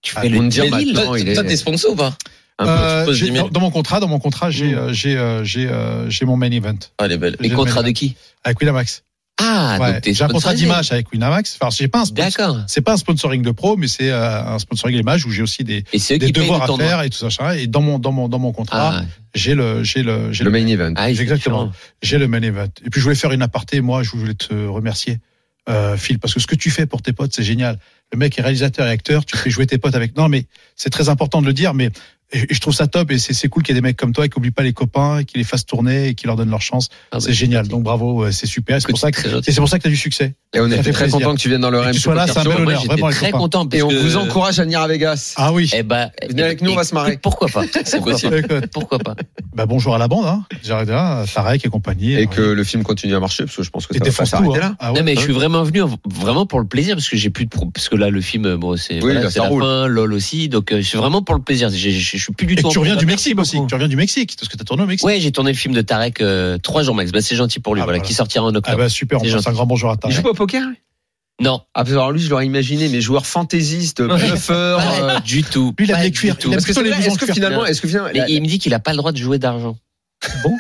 S6: Tu
S4: Ah,
S6: fais le
S1: Moundir,
S6: délire.
S1: maintenant, il
S8: Toi, toi, t'es
S1: est.
S8: sponsor ou pas
S1: un peu-
S4: Euh,
S8: poses
S4: j'ai-
S8: 10 000.
S4: dans, dans mon contrat, dans mon contrat, j'ai
S5: Mm.
S4: euh, j'ai euh, j'ai euh, j'ai mon main event
S8: Ah, elle est belle.
S6: Les
S4: J'ai
S6: contrats
S4: jamais-
S6: de qui?
S4: avec Winamax.
S6: Ah,
S4: Ouais.
S6: donc t'es
S4: J'ai un contrat
S6: sponsorisé.
S4: d'image avec Winamax. Enfin, j'ai pas un sponsor-
S6: D'accord.
S4: c'est pas un sponsoring de pro, mais c'est euh, un sponsoring d'image où j'ai aussi des
S6: Et c'est eux
S4: des
S6: qui payent
S4: devoirs
S6: le
S4: à
S6: tournoi.
S4: faire et tout ça. ça. Et dans mon dans mon dans mon contrat,
S6: Ah,
S4: j'ai le j'ai le j'ai
S1: Le main event.
S6: ah, c'est
S4: Exactement.
S6: différent.
S4: J'ai le main event. Et puis je voulais faire une aparté. Moi, je voulais te remercier, euh, Phil, parce que ce que tu fais pour tes potes, c'est génial. Le mec est réalisateur et acteur. Tu fais jouer tes potes avec. Non, mais c'est très important de le dire. Mais et- et je trouve ça top. Et c'est c'est cool qu'il y ait des mecs comme toi et qui n'oublient pas les copains, et qui les fassent tourner et qui leur donnent leur chance.
S6: Ah, bah,
S4: c'est génial. Donc bravo. euh, C'est super. C'est pour ça que
S6: très gentil.
S4: et c'est pour ça que t'as du succès.
S1: Et on
S4: Ça
S1: est
S4: fait
S1: très
S4: plaisir.
S1: content que tu viennes dans le
S4: Et que
S1: RMC
S4: tu sois là, c'est un bel
S1: Podcast
S4: honneur.
S1: Show.
S4: Vraiment, les
S6: Très
S4: copains.
S6: content. parce
S1: Et on
S6: que-
S1: vous encourage à venir à Vegas.
S4: Ah oui. Bah,
S6: Eh ben,
S1: Venez avec nous, on va se marrer.
S6: <laughs> Pourquoi pas C'est
S8: possible.
S4: Écoute,
S6: Pourquoi pas
S4: bah, bonjour à la bande, hein. Jareda, Sarek et compagnie.
S1: Et
S4: Alors,
S1: que le film continue à marcher, parce que je pense que
S4: et
S1: ça va pas
S4: défonce tout,
S1: s'arrêter
S4: hein.
S1: là.
S4: Ah ouais.
S6: Non mais je suis vraiment venu en- vraiment pour le plaisir parce que j'ai plus de pro- parce que là le film bon c'est voilà,
S1: là,
S6: c'est
S1: ça
S6: la
S1: roule.
S6: fin lol aussi donc euh, c'est vraiment pour le plaisir J'ai- j'ai- je suis plus du
S4: Et
S6: tout
S4: que
S6: en
S4: tu reviens du
S6: contact.
S4: Mexique aussi. Tu reviens du Mexique, parce que t'as tourné au Mexique.
S6: ouais j'ai tourné le film de Tarek euh, trois jours max bah, c'est gentil pour lui
S4: Ah,
S6: voilà,
S4: voilà.
S6: qui sortira en
S4: Ah
S6: octobre
S4: bah super, on
S6: C'est
S4: passe un
S6: gentil.
S4: grand bonjour à ta.
S1: Il joue pas au poker lui
S6: non
S1: Ah, parce que alors lui, je l'aurais imaginé, mais joueur fantaisiste, bluffeur.
S6: pas
S1: <laughs> euh,
S6: du tout
S4: Lui, il aime
S6: Pas
S4: les
S6: du
S4: cuirs.
S6: tout.
S4: Il aime
S1: Est-ce que,
S4: plutôt les
S1: est-ce
S4: blousons
S1: que
S4: cuir.
S1: finalement, est-ce que finalement,
S6: Mais
S1: la-
S6: il me dit qu'il a pas le droit de jouer d'argent.
S1: Bon.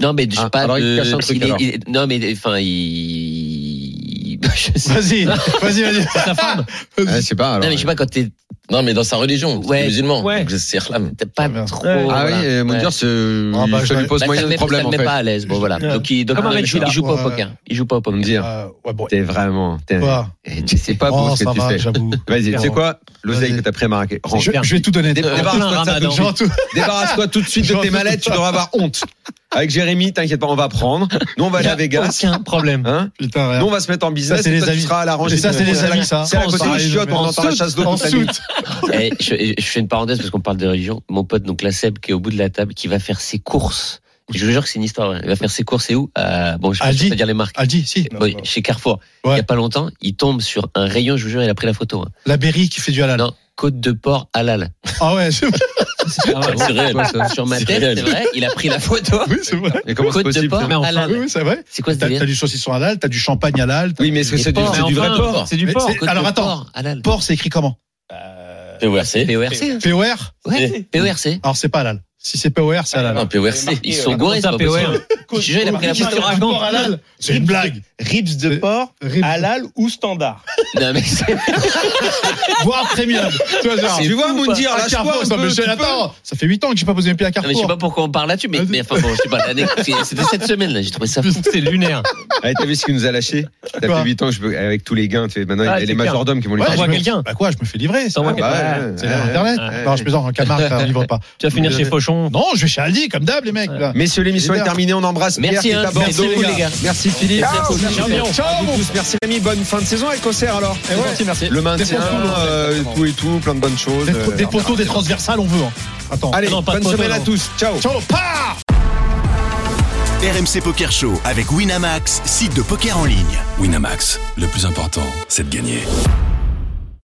S6: Non, mais je sais
S1: Ah,
S6: pas.
S1: alors il
S6: de-
S1: cache un truc,
S6: il est-
S1: alors.
S6: il est- non, mais enfin, il. <laughs> Je
S1: <laughs>
S6: sais.
S4: Vas-y, vas-y, vas-y. Ta femme.
S1: Ouais, Ah, je sais pas.
S6: non,
S1: alors.
S6: mais je sais pas, quand t'es
S8: Non, mais dans sa religion, c'est
S6: Ouais.
S8: musulman.
S5: Ouais.
S8: Donc, c'est
S6: <laughs>
S8: Islam.
S6: t'es pas
S4: Ah, merde.
S6: trop.
S5: Ouais.
S1: Ah
S6: voilà.
S1: oui, euh,
S6: Ouais.
S1: Moundir, c'est-
S4: Ah, bah,
S1: ça
S4: je-
S1: lui pose
S6: Bah,
S1: moyen
S6: ça me
S1: de
S6: met-
S1: problème
S6: Ça
S1: en
S6: me met
S1: fait.
S6: pas à l'aise. Bon, voilà.
S5: Ouais.
S6: Donc, il, donc,
S5: Comme un
S6: il,
S5: mec
S6: joue-
S5: là.
S6: il joue pas au
S4: Ouais.
S6: poker. Il joue pas au poker.
S1: Moundir,
S4: Euh, ouais, bon.
S1: t'es vraiment. t'es-
S4: Quoi
S1: Eh, Tu sais pas
S4: Oh,
S1: pour ce que
S4: ça
S1: tu
S4: va,
S1: fais.
S4: j'avoue.
S1: <laughs> Vas-y, tu sais quoi L'oseille
S4: Vas-y.
S1: que t'as pris à Marrakech. range.
S4: Je, <laughs> je vais tout donner.
S1: Dé-
S4: Débarrasse-
S5: plein
S1: débarrasse-toi de ça,
S5: ramadan.
S1: de-
S4: Je vais tout-
S1: Débarrasse-toi tout de suite de
S4: Genre
S1: tes
S4: tout
S1: mallettes, tu
S4: ça.
S1: devras avoir honte. Avec Jérémy, t'inquiète pas, on va prendre. Nous, on va aller à Vegas.
S5: Aucun problème.
S1: Hein
S4: Putain, rien.
S1: Nous, on va se mettre en business.
S4: Ça, c'est
S1: et
S4: les
S1: toi, tu
S4: amis.
S1: seras à la rangée.
S4: Mais ça, c'est les amis, ça.
S1: C'est à côté
S4: En
S1: des chiottes, on
S4: soute.
S1: entend la chasse d'eau
S4: En
S1: toute la nuit.
S4: soute.
S6: Eh, je, je fais une parenthèse parce qu'on parle de religion. Mon pote, donc la Seb, qui est au bout de la table, qui va faire ses courses. Je vous jure que c'est une histoire. vraie. Il va faire ses courses et où Euh, Bon, je ne
S4: Aldi.
S6: peux pas dire les marques.
S4: Aldi, si.
S6: Oui, chez Carrefour. Il n'y a pas longtemps, il tombe sur un rayon, je vous jure, il a pris la photo. hein.
S4: La Berry qui fait du halal.
S6: Non, Côte de Porc halal.
S4: Ah ouais, c'est
S6: C'est
S5: Ah
S6: réel. Sur ma tête, c'est vrai, il a pris la photo.
S4: Oui, c'est vrai.
S1: Mais comment c'est
S6: Côte
S1: possible,
S6: de Porc
S1: ça Mais enfin,
S6: halal.
S4: Oui, oui, c'est vrai.
S6: C'est quoi ce
S4: T'as
S6: délire
S4: t'as du saucisson halal, t'as du champagne halal. t'as-
S1: Oui, mais est-ce que
S6: Mais
S1: c'est du,
S6: porc,
S1: c'est du vrai
S5: enfin,
S1: porc
S5: C'est du
S4: Mais
S5: porc.
S4: c'est- Alors
S6: de
S4: attends,
S6: porc, halal.
S4: porc, c'est écrit comment
S6: Euh,
S8: PORC.
S6: PORC.
S4: POR
S6: hein. Ouais, PORC.
S4: Alors c'est pas halal. Si c'est POR,
S1: Ah,
S4: c'est halal.
S6: Non, PORC. Ils sont gourés, c'est pas possible. Je te jure, il a pris la photo.
S4: Porc halal, c'est une blague.
S13: Rips de porc, halal ou standard
S6: Non, mais c'est-
S4: <laughs> Voire premium. Tu vois, genre,
S1: Ah, Tu vois, Moundir,
S4: à
S1: lâche-toi
S4: Carrefour,
S1: un
S4: ça
S1: peu,
S4: me
S1: tu
S4: gêne.
S1: peux.
S4: Attends, ça fait 8 ans que j'ai pas posé mes pieds à
S6: Non, mais je sais
S4: Carrefour.
S6: pas pourquoi on parle là-dessus, mais, mais enfin bon, je sais pas, l'année- c'est- c'était cette semaine là, j'ai trouvé ça fou.
S5: C'est lunaire.
S1: Eh, T'as vu ce qu'il nous a lâché Ça
S4: Quoi
S1: fait 8 ans que je peux- avec tous les gains. Tu fais, maintenant, il y
S5: Ah,
S1: a
S5: c'est
S1: les
S5: clair.
S1: majordomes qui vont lui
S4: Ouais,
S1: parler.
S4: je
S5: Envoie
S4: me-
S5: quelqu'un.
S4: Bah quoi, je me fais livrer. C'est
S5: Envoie
S4: vrai.
S1: quelqu'un.
S4: Ouais,
S1: Ouais,
S4: c'est l'ère
S1: ouais,
S4: internet.
S1: ouais.
S4: Non, je plaisante en Camargue, ça, on n'y va pas.
S5: Tu vas finir chez Fauchon.
S4: Non, je vais chez Aldi, comme d'hab, les mecs. là.
S1: Messieurs, l'émission est terminée. On embrasse
S6: Merci,
S1: Pierre,
S6: hein,
S1: qui est à
S6: merci
S1: Bordeaux.
S6: beaucoup, les gars.
S1: Merci Philippe.
S6: Merci à vous.
S1: Merci
S6: Ciao.
S1: à vous tous. Ah, Merci Rémi. Bonne fin de saison avec Auxerre alors.
S4: Eh ouais. Merci, merci.
S1: Le maintien,
S4: Défonce-nous, Londres.
S1: euh, tout et tout, plein de bonnes choses.
S4: Des-
S1: Euh,
S4: Des poteaux, des transversales, on veut. hein. Attends.
S1: Allez,
S5: Non, pas de
S1: bonne
S5: poteau,
S1: semaine à
S5: non.
S1: tous. Ciao.
S4: Ciao, pars
S14: RMC Poker Show avec Winamax, site de poker en ligne.
S15: Winamax, le plus important, c'est de gagner.